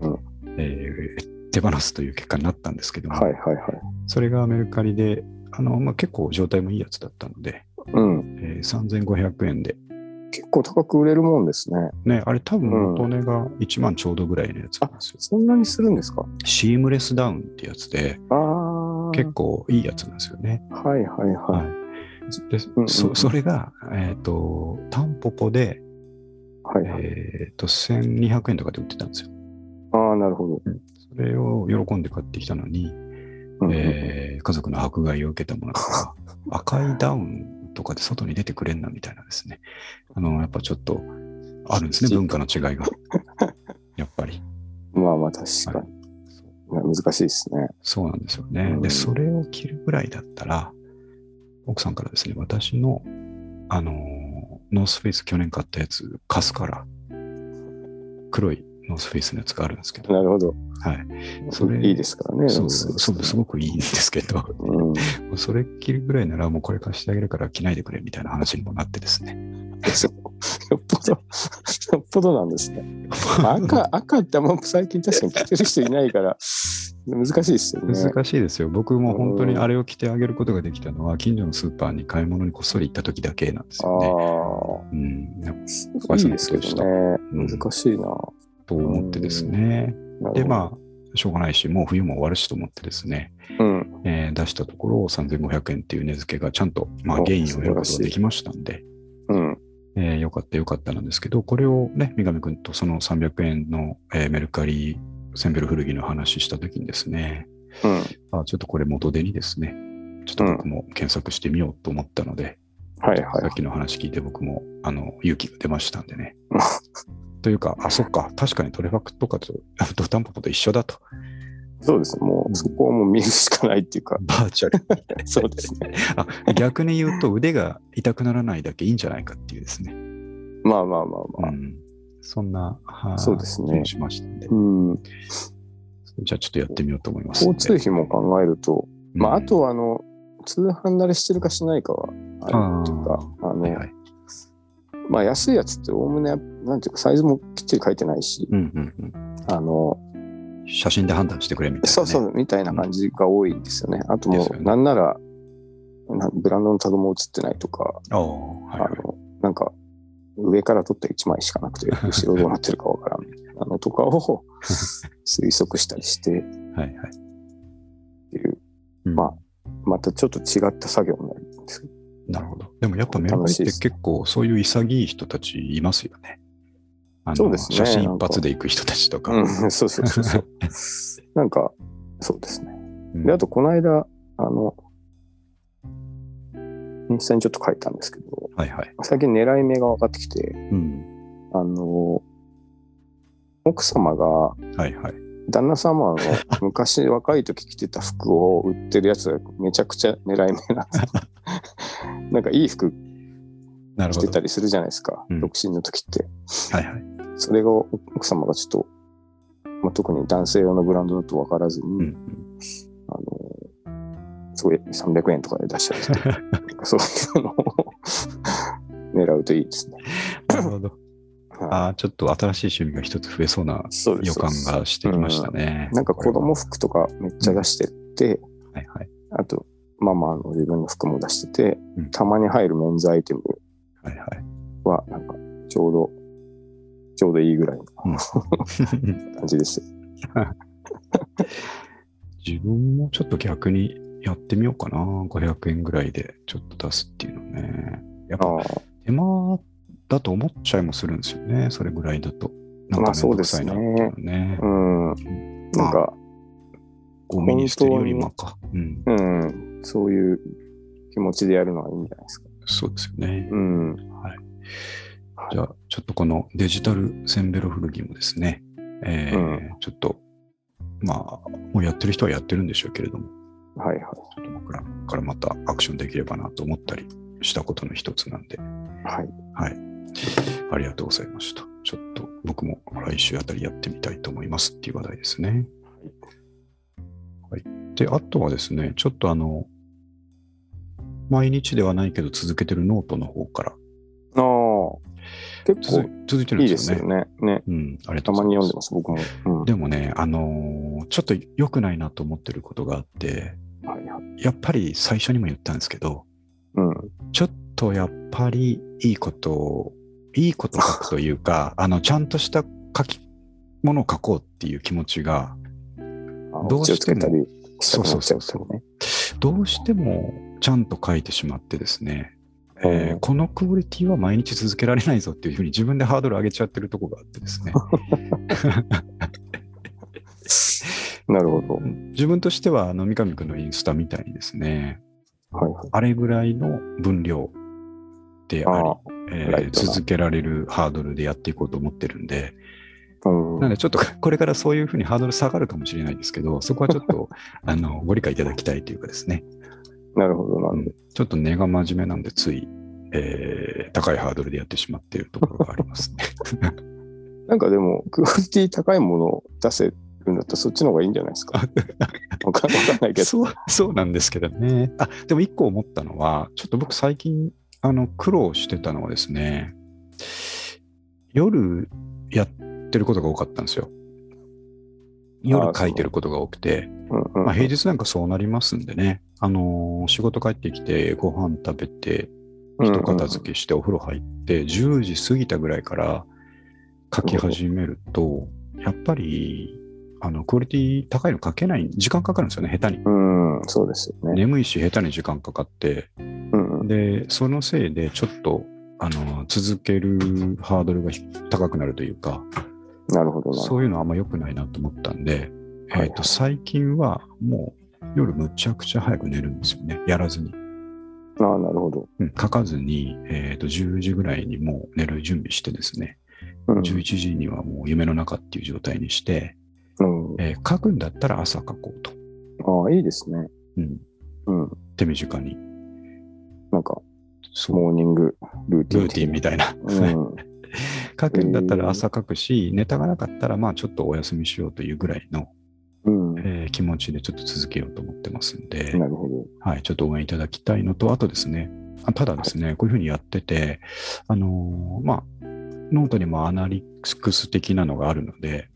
Speaker 2: うん
Speaker 1: えー手放すという結果になったんですけども、
Speaker 2: はいはいはい。
Speaker 1: それがメルカリで、あのまあ、結構状態もいいやつだったので、
Speaker 2: うん。
Speaker 1: えー3500円で、
Speaker 2: 結構高く売れるもんですね。
Speaker 1: ね、あれ多分
Speaker 2: うん
Speaker 1: 元値が1万ちょうどぐらいのやつなんですよ。
Speaker 2: そんなにするんですか
Speaker 1: シームレスダウンってやつで、
Speaker 2: ああ、
Speaker 1: 結構いいやつなんですよね。
Speaker 2: はいはい
Speaker 1: は、
Speaker 2: はい
Speaker 1: で
Speaker 2: うんうん
Speaker 1: そそれが、えー、とタンポポで、
Speaker 2: い。はいはい。
Speaker 1: えー、と1200円とかで売ってたんですよ。
Speaker 2: ああ、なるほど。
Speaker 1: それを喜んで買ってきたのに、
Speaker 2: うん
Speaker 1: えー家族の迫害を受けたものと か、赤いダウンとかで外に出てくれんなみたいなですね。あの、やっぱちょっとあるんですね、文化の違い が。やっぱり。
Speaker 2: まあまあ確か
Speaker 1: はい
Speaker 2: に。いや難しいですね。
Speaker 1: そうなんですよね。
Speaker 2: うん
Speaker 1: で、それを着るぐらいだったら、奥さんからですね、私の、あのーノースフェイス去年買ったやつ貸すから、黒いノースフェイスのやつがあるんですけど、
Speaker 2: なるほど。
Speaker 1: はい。それ
Speaker 2: いいですからね。
Speaker 1: そうそうそう、す
Speaker 2: う。
Speaker 1: ごくいいんですけど、
Speaker 2: うん、
Speaker 1: もうそれ着るぐらいならもうこれ貸してあげるから着ないでくれみたいな話にもなってですね。
Speaker 2: そうよっ ぽど、よっぽどなんですね。赤、赤ってあんま最近確かに着てる人いないから、難しいですよね。
Speaker 1: 難しいですよ。僕も本当にあれを着てあげることができたのは、近所のスーパーに買い物にこっそり行った時だけなんです
Speaker 2: あ
Speaker 1: よね。
Speaker 2: あ
Speaker 1: うん、やっ
Speaker 2: ー、いいですけどね。
Speaker 1: うん
Speaker 2: 難しいな。
Speaker 1: ぱと思ってですね。で、
Speaker 2: あ、
Speaker 1: まあ、しょうがないし、もう冬も終わるしと思ってですね、
Speaker 2: うん、
Speaker 1: えー出したところ、3500円っていう値付けがちゃんと、まあ、
Speaker 2: お
Speaker 1: ゲインを得ること
Speaker 2: 素晴らし
Speaker 1: が
Speaker 2: い
Speaker 1: できましたんで、
Speaker 2: うん、
Speaker 1: えーよかったよかったなんですけど、これをね、三上くんとその300円の、えーメルカリ、センベル古着の話したときにですね、
Speaker 2: うん。
Speaker 1: あちょっとこれ元手にですね、ちょっと僕も検索してみようと思ったので、
Speaker 2: はいは
Speaker 1: さ
Speaker 2: い
Speaker 1: っ。きの話聞いて僕もあの勇気が出ましたんで ね。というか、あ、そっか、確かにトレファクとかと、あドタンポポと一緒だと。
Speaker 2: そうです。も
Speaker 1: うん
Speaker 2: う、そこはもう見るしかないっていうか、
Speaker 1: バーチャル。
Speaker 2: そうですね。
Speaker 1: あ、逆に言うと腕が痛くならないだけいいんじゃないかっていうですね。
Speaker 2: まあまあまあ
Speaker 1: う
Speaker 2: まあ。
Speaker 1: ん。そんな、は
Speaker 2: そうですね
Speaker 1: 気もしましたんで。
Speaker 2: うん、
Speaker 1: じゃあちょっとやってみようと思いますん
Speaker 2: 交
Speaker 1: で。
Speaker 2: 通費も考えると、まあ、
Speaker 1: う
Speaker 2: あ
Speaker 1: ん
Speaker 2: と、はあの、通販慣れしてるかしないかは、あるっていうか、あの、
Speaker 1: はいはい。
Speaker 2: まあ、安いやつって、おおむね、なんていうか、サイズもきっちり書いてないし、
Speaker 1: うんうん
Speaker 2: あの、
Speaker 1: うん。写真で判断してくれみたいな、ね。
Speaker 2: そうそう、みたいな感じが多いんですよね。あと
Speaker 1: で
Speaker 2: も
Speaker 1: すよ
Speaker 2: う、
Speaker 1: ね
Speaker 2: なんなら、なブランドのタグも写ってないとか、
Speaker 1: ああ、はい
Speaker 2: あ
Speaker 1: はい。
Speaker 2: の、なんか、上から撮った1枚しかなくて、後ろどうなってるかわからん。あの、とか を推測したりしてっ
Speaker 1: はいはい。
Speaker 2: ていう、
Speaker 1: うん
Speaker 2: まあまたちょっと違った作業になるんですけど。
Speaker 1: なるほど。でもやっぱメルカ
Speaker 2: 楽
Speaker 1: リっ
Speaker 2: しい
Speaker 1: て
Speaker 2: です
Speaker 1: 結構そういう潔い人たちいますよね。あの
Speaker 2: そうですね
Speaker 1: 写真一発で行く人たちとか。
Speaker 2: うん、 そうそうそ うそう。なんか、そうですね。
Speaker 1: うん
Speaker 2: で、あと、この間、あの、インスタにちょっと書いたんですけど、
Speaker 1: はいはい。
Speaker 2: 最近狙い目が分かってきて、
Speaker 1: うん。
Speaker 2: あの、奥様が、
Speaker 1: はいはい。
Speaker 2: 旦那様の昔若い時着てた服を売ってるやつがめちゃくちゃ狙い目な んです。なんかいい服
Speaker 1: なる
Speaker 2: 着
Speaker 1: ほ
Speaker 2: て
Speaker 1: ど。
Speaker 2: たりするじゃないですか、
Speaker 1: うん
Speaker 2: 独身の時って。
Speaker 1: はいはい。
Speaker 2: それが奥様がちょっと、まあ、特に男性用のブランドだと分からずに、
Speaker 1: うんうん。
Speaker 2: あの、すごい300円とかで出しちゃ うんですけど、なんかそういうのを狙うといいですね。
Speaker 1: なるほ ど。
Speaker 2: はい
Speaker 1: ああ、ちょっと新しい趣味が一つ増えそうな
Speaker 2: そうで
Speaker 1: 予
Speaker 2: す
Speaker 1: 感がしてきましたね。
Speaker 2: なんか子供服とかめっちゃ出してて、
Speaker 1: はいはい。
Speaker 2: あと、ママの自分の服も出してて、
Speaker 1: うん
Speaker 2: たまに入るメンズアイテム
Speaker 1: はいはい。
Speaker 2: は、なんか、ちょうど、ちょうどいいぐらいの感じですよ。
Speaker 1: 自分もちょっと逆にやってみようかな。500円ぐらいでちょっと出すっていうのね。やっぱ
Speaker 2: ああ
Speaker 1: 手間だと思っちゃいもするんですよね、それぐらいだと。なん
Speaker 2: ま
Speaker 1: か
Speaker 2: あ
Speaker 1: めんどくさいなっていうのはね。
Speaker 2: うん。なんか、
Speaker 1: ゴミに捨てるよりまあか。うん、
Speaker 2: うん、そういう気持ちでやるのはいいんじゃないですか。
Speaker 1: そうですよね。
Speaker 2: うん。
Speaker 1: はい。じゃあ、ちょっとこのデジタルセンベロ古着もですね、えー
Speaker 2: う
Speaker 1: ちょっと、まあ、もうやってる人はやってるんでしょうけれども、
Speaker 2: はいはい。
Speaker 1: ちょっと僕らからまたアクションできればなと思ったりしたことの一つなんで、
Speaker 2: はい。
Speaker 1: はい。ありがとうございました。ちょっと僕も来週あたりやってみたいと思いますっていう話題ですね。はい。で、あとはですね、ちょっとあの、毎日ではないけど続けてるノートの方から
Speaker 2: ああ。結
Speaker 1: 続
Speaker 2: 構
Speaker 1: い続いてる
Speaker 2: い
Speaker 1: ん
Speaker 2: い
Speaker 1: で
Speaker 2: ですす
Speaker 1: よ
Speaker 2: よ
Speaker 1: ね。
Speaker 2: ね。ね。
Speaker 1: うん、ありがと
Speaker 2: た
Speaker 1: うござい
Speaker 2: まに
Speaker 1: ま
Speaker 2: 読ん
Speaker 1: す
Speaker 2: で。ます、僕も。うん。
Speaker 1: でもね、あのーちょっと良くないなと思ってることがあって、
Speaker 2: はいはい
Speaker 1: やっぱり最初にも言ったんですけど、
Speaker 2: うん。
Speaker 1: ちょっとやっぱりいいことを、いいことを書くというか、あの、ちゃんとした書き、ものを書こうっていう気持ちが、
Speaker 2: あ
Speaker 1: どうしても
Speaker 2: オチをつけたりしたくなっち
Speaker 1: そ
Speaker 2: ゃう
Speaker 1: うそうそう
Speaker 2: とね。
Speaker 1: どうしてもちゃんと書いてしまってですね、えー
Speaker 2: うん
Speaker 1: このクオリティは毎日続けられないぞっていうふうに自分でハードル上げちゃってるとこがあってです ね、
Speaker 2: なるほど。
Speaker 1: 自分としてはあの三上君のインスタみたいにですね、
Speaker 2: はいはい。
Speaker 1: あれぐらいの分量であり
Speaker 2: あ、あ。
Speaker 1: えー
Speaker 2: ライトな
Speaker 1: 続けられるハードルでやっていこうと思ってるんで、
Speaker 2: うん。
Speaker 1: なのでちょっと これからそういうふうにハードル下がるかもしれないですけど、そこはちょっ とあのご理解いただきたいというかですね、
Speaker 2: なるほど、な
Speaker 1: う
Speaker 2: る
Speaker 1: んちょっと根が真面目なんで、つい、えー高いハードルでやってしまっているところがあります ね。
Speaker 2: ほど。なんかでも、クオリティ高いものを出せるんだったらそっちの方がいいんじゃな いですか。わかわかんないけど。
Speaker 1: そう そうなんですけどね。あでも一個思ったのは、ちょっと僕最近あの苦労してたのはですね、夜やってることが多かったんですよ。夜書いてることが多くて、
Speaker 2: うんうん。
Speaker 1: まあ、平日なんかそうなりますんでね、あのー仕事帰ってきて、ご飯食べて、一片付けして、お風呂入って、10時過ぎたぐらいから書き始めると、やっぱり、あのクオリティ高いの書けない、時間かかるんですよね、下手に。
Speaker 2: うん、うんそうですよね。
Speaker 1: 眠いし、下手に時間かかって、
Speaker 2: うんうん。
Speaker 1: で、そのせいで、ちょっと、あの続けるハードルがひ高くなるというか、
Speaker 2: なるほどなるほ
Speaker 1: そういうのあんま良くないなと思ったんで、
Speaker 2: はいはい
Speaker 1: えー、と最近はもう夜むちゃくちゃ早く寝るんですよね。やらずに。
Speaker 2: ど。ああ、なるほど。
Speaker 1: うん書かずに、えー、と10時ぐらいにもう寝る準備してですね、
Speaker 2: うん。
Speaker 1: 11時にはもう夢の中っていう状態にして、
Speaker 2: うん、
Speaker 1: えー書くんだったら朝書こうと。
Speaker 2: ああ、いいですね。
Speaker 1: うん、
Speaker 2: うん。
Speaker 1: 手短に。
Speaker 2: なんか、
Speaker 1: そう。
Speaker 2: モーニングルーティン。
Speaker 1: ルーティンみたいな。
Speaker 2: うん。
Speaker 1: 書くんだったら朝書くし、ネタがなかったらまあちょっとお休みしようというぐらいの、
Speaker 2: うん。な
Speaker 1: えー気持ちでちょっと続けようと思ってますんで。
Speaker 2: るほ
Speaker 1: はい、ちょっと応援いただきたいのと、あとですね、あただですね、こういうふうにやってて、あのーまあ、ノートにもアナリクス的なのがあるので、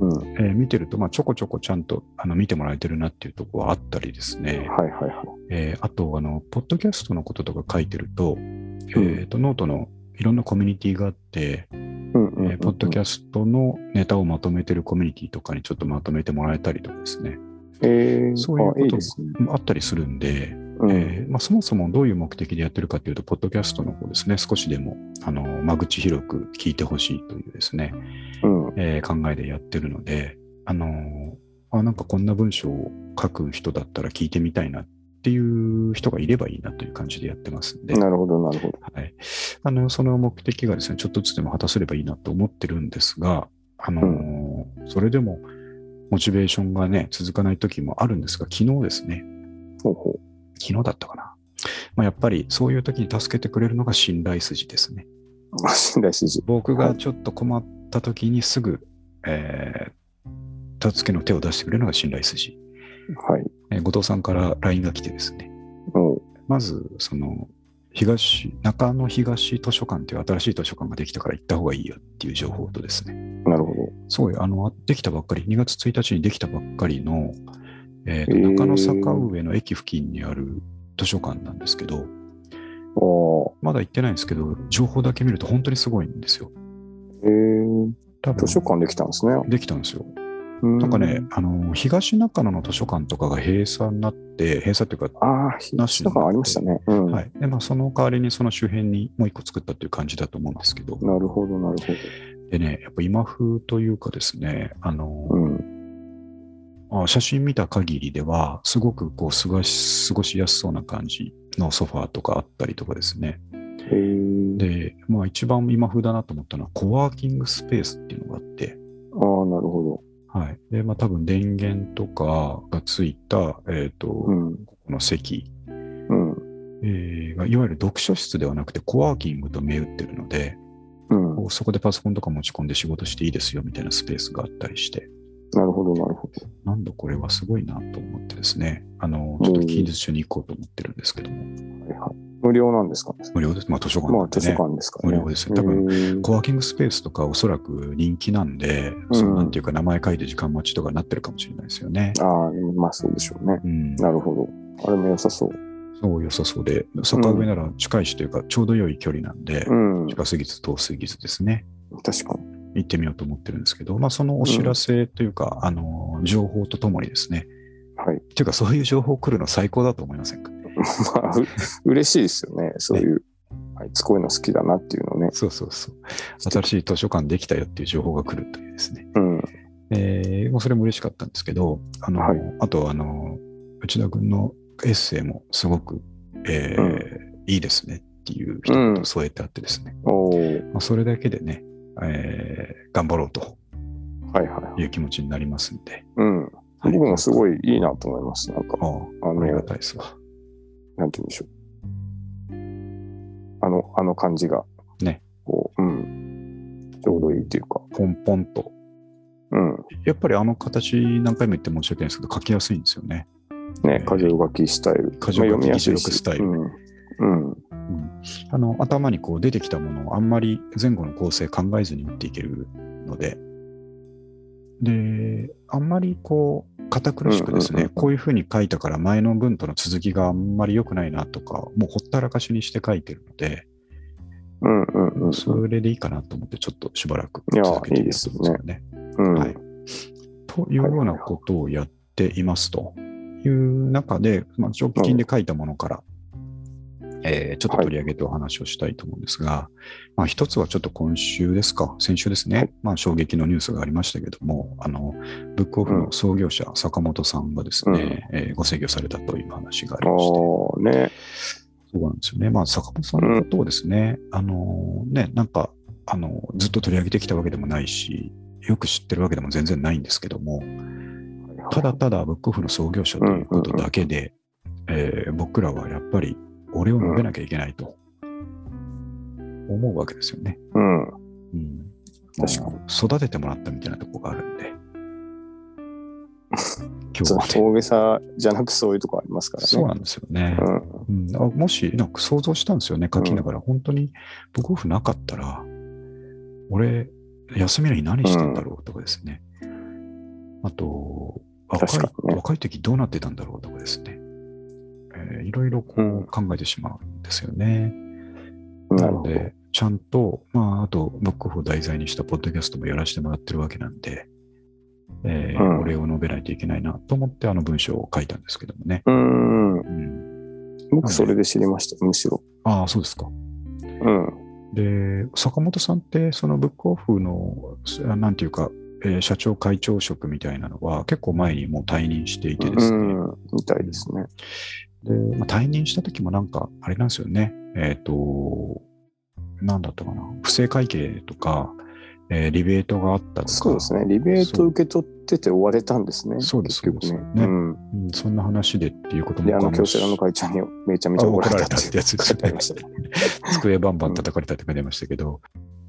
Speaker 2: ど。うん。は
Speaker 1: え
Speaker 2: い
Speaker 1: ー見てると、まあ、ちょこちょこちゃんとあの見てもらえてるなっていうところはあったりですね、
Speaker 2: はいはい。
Speaker 1: えーあと、あの、ポッドキャストのこととか書いてると、えーと、ノートのいろんなコミュニティがあって、
Speaker 2: うん
Speaker 1: え
Speaker 2: うん、
Speaker 1: ー
Speaker 2: うん。
Speaker 1: ポッドキャストのネタをまとめてるコミュニティとかにちょっとまとめてもらえたりとかですね、
Speaker 2: えー、
Speaker 1: そういうこと
Speaker 2: あいいですね。
Speaker 1: あったりするんで、
Speaker 2: うん。
Speaker 1: えーまあ、そもそもどういう目的でやってるかというと、ポッドキャストの方ですね、少しでもあの間口広く聞いてほしいというですね、
Speaker 2: うん。
Speaker 1: えー考えでやってるので、あのーあなんかこんな文章を書く人だったら聞いてみたいなっていう人がいればいいなという感じでやってますんで、
Speaker 2: なるほど、なるほど。
Speaker 1: はい、あのその目的がですね、ちょっとずつでも果たせればいいなと思ってるんですが、あのーそれでもモチベーションがね、続かない時もあるんですが、昨日ですね、
Speaker 2: ほうほ
Speaker 1: 昨日だったかな。まあ、やっぱりそういう時に助けてくれるのが信頼筋ですね。
Speaker 2: う。信頼支持。
Speaker 1: 僕がちょっと困った時にすぐ、えー助けの手を出してくれるのが信頼筋。
Speaker 2: はい。
Speaker 1: えー後藤さんから LINE が来てですね、
Speaker 2: おう
Speaker 1: まず、その、東、中野東図書館という新しい図書館ができたから行った方がいいよっていう情報とですね、
Speaker 2: なるほ
Speaker 1: すごい、あの、できたばっかり、2月1日にできたばっかりの、えーと
Speaker 2: へー
Speaker 1: 中野坂上の駅付近にある図書館なんですけど、
Speaker 2: ど。お
Speaker 1: まだ行ってないんですけど、情報だけ見ると本当にすごいんですよ。
Speaker 2: えー、
Speaker 1: 多
Speaker 2: 図
Speaker 1: 分
Speaker 2: 書館できたんですね。
Speaker 1: できたんですよ。
Speaker 2: な
Speaker 1: なんかね、、あの、東中野の図書館とかが閉鎖になって、閉鎖というか、
Speaker 2: ああ、ひ
Speaker 1: なし
Speaker 2: 図書館ありましたね。うん。
Speaker 1: はい。で、まあ、その代わりにその周辺にもう一個作ったという感じだと思うんですけど、
Speaker 2: なるほど、なる
Speaker 1: でね、やっぱ今風というかですね、あの
Speaker 2: ほど。、うん。
Speaker 1: あ写真見た限りでは、すごくこう、過ごし、過ごしやすそうな感じのソファーとかあったりとかですね。
Speaker 2: えー、
Speaker 1: で、まあ、一番今風だなと思ったのは、コワーキングスペースっていうのがあって、
Speaker 2: ああ、なるほ
Speaker 1: はい。で、まあ多分電源とかがついた、えっ、と、
Speaker 2: ど。うん。
Speaker 1: この席、
Speaker 2: うん。
Speaker 1: えーがいわゆる読書室ではなくてコワーキングと銘打ってるので、
Speaker 2: うん。
Speaker 1: こうそこでパソコンとか持ち込んで仕事していいですよみたいなスペースがあったりして、
Speaker 2: なるほど、なるほど。
Speaker 1: なんだこれはすごいなと思ってですね、あの、ちょっと近日中に行こうと思ってるんですけども、
Speaker 2: はいはい、無料なんですかね。
Speaker 1: 無料です。まあ図書館
Speaker 2: ま
Speaker 1: な
Speaker 2: あ
Speaker 1: んで
Speaker 2: 図書
Speaker 1: ね。
Speaker 2: 館ですからね。
Speaker 1: 無料ですよ多分
Speaker 2: 分
Speaker 1: コワーキングスペースとかおそらく人気なんで、そのなんていうか名前書いて時間待ちとかなってるかもしれないですよね。
Speaker 2: ああ、まあそうでしょうね。
Speaker 1: うん。
Speaker 2: なるほど。あれも良さそう。
Speaker 1: そう良さそうで、坂上なら近いしというか、ちょうど良い距離なんで、
Speaker 2: うん。
Speaker 1: 近すぎず遠すぎずですね、
Speaker 2: 確かに。
Speaker 1: 行ってみようと思ってるんですけど、まあ、そのお知らせというか、あの、情報とともにですね、
Speaker 2: はい。
Speaker 1: というか、そういう情報来るの最高だと思いませんか
Speaker 2: まあ、う嬉しいですよね。そういう、あいつこういうの好きだなっていうのね。
Speaker 1: そうそうそう。新しい図書館できたよっていう情報が来るというですね。
Speaker 2: うん。
Speaker 1: えー、もうそれも嬉しかったんですけど、あの、
Speaker 2: はい
Speaker 1: あと、あの、内田君のエッセイもすごく、えー
Speaker 2: うん
Speaker 1: いいですねっていう一言添えてあってですね。
Speaker 2: おお。はい
Speaker 1: まあ、それだけでね、えー頑張ろうと
Speaker 2: はいはい。
Speaker 1: いう気持ちになりますんで。
Speaker 2: うん。
Speaker 1: はい
Speaker 2: 僕もすごいいいなと思います。なんか、
Speaker 1: あ
Speaker 2: あの
Speaker 1: あ、ありがたいですわ。
Speaker 2: なんて言うんでしょう。あの、あの感じが。
Speaker 1: ね。
Speaker 2: こう、うん。ちょうどいいっていうか。
Speaker 1: ポンポンと。
Speaker 2: うん。
Speaker 1: やっぱりあの形、何回も言って申し訳ないですけど、書きやすいんですよね。
Speaker 2: ね、箇条書きスタイル。
Speaker 1: 箇条書き
Speaker 2: まあ読みやすい
Speaker 1: 議事録
Speaker 2: し
Speaker 1: スタイル
Speaker 2: うん。うん。
Speaker 1: うんあの頭にこう出てきたものをあんまり前後の構成考えずに打っていけるので、で、あんまりこう、堅苦しくです
Speaker 2: うんうん
Speaker 1: ね、
Speaker 2: うん
Speaker 1: こういうふうに書いたから前の文との続きがあんまり良くないなとか、もうほったらかしにして書いてるので、
Speaker 2: うんうんうん。
Speaker 1: それでいいかなと思って、ちょっとしばらく
Speaker 2: いや
Speaker 1: 続けてみようと思うんですけどね。
Speaker 2: うん。
Speaker 1: はい。というようなことをやっていますという中で、まあ、直近で書いたものから、えーちょっと取り上げてお話をしたいと思うんですが、まあ、一つはちょっと今週ですか、先週ですね、
Speaker 2: はい
Speaker 1: まあ、衝撃のニュースがありましたけども、あのブックオフの創業者、坂本さんがですね、えーご制御されたという話があり
Speaker 2: あ
Speaker 1: まして、
Speaker 2: あ、ね。
Speaker 1: そうなんですよね。まあ、坂本さんのことをですね、あのね、なんか、あのずっと取り上げてきたわけでもないし、よく知ってるわけでも全然ないんですけども、ただただブックオフの創業者ということだけで、えー僕らはやっぱり、俺を述べなきゃいけないと思うわけですよね。
Speaker 2: うん。
Speaker 1: うん、
Speaker 2: 確かに
Speaker 1: もう育ててもらったみたいなとこがあるん で。今日
Speaker 2: そう
Speaker 1: はね。
Speaker 2: 大げさじゃなくそういうとこありますからね。
Speaker 1: そうなんですよね。うん、あもし、なんか想像したんですよね、書きながら、本当に、ブックオフなかったら、俺、休みの日何してんだろうとかですね。あと、若い
Speaker 2: 確かにね
Speaker 1: 若い時どうなってたんだろうとかですね。えーいろいろこ
Speaker 2: うん
Speaker 1: う考えてしまうんですよね。
Speaker 2: うん。な
Speaker 1: な
Speaker 2: る
Speaker 1: の
Speaker 2: ほど。
Speaker 1: で、ちゃんと、まあ、あと、ブックオフを題材にしたポッドキャストもやらせてもらってるわけなんで、えー
Speaker 2: うん
Speaker 1: お礼を述べないといけないなと思って、あの文章を書いたんですけどもね。
Speaker 2: うん。
Speaker 1: うん、
Speaker 2: 僕それで知りました、むしろ。
Speaker 1: ああ、そうですか。
Speaker 2: うん。
Speaker 1: で、坂本さんって、そのブックオフの、すなんていうか、えー社長会長職みたいなのは、結構前にもう退任していてです
Speaker 2: う
Speaker 1: ね、
Speaker 2: ん。みたいですね。
Speaker 1: でまあ、退任した時もなんか、あれなんですよね、えっ、と、なんだったかな、不正会計とか、えーリベートがあったとか、
Speaker 2: そうですね。リベート受け取ってて追われたんですね。
Speaker 1: そうです
Speaker 2: 結局ね。
Speaker 1: そうです
Speaker 2: うん。
Speaker 1: うんそんな話でっていうことも
Speaker 2: で、あの、
Speaker 1: 他
Speaker 2: 京セラの会長にめちゃめちゃ
Speaker 1: あ
Speaker 2: 怒
Speaker 1: 怒
Speaker 2: ら
Speaker 1: ら
Speaker 2: れ
Speaker 1: れ
Speaker 2: た
Speaker 1: た
Speaker 2: っ
Speaker 1: っててやつです
Speaker 2: 書い
Speaker 1: ね
Speaker 2: てありま したね。
Speaker 1: 机バンバン叩かれたって書いてましたけど、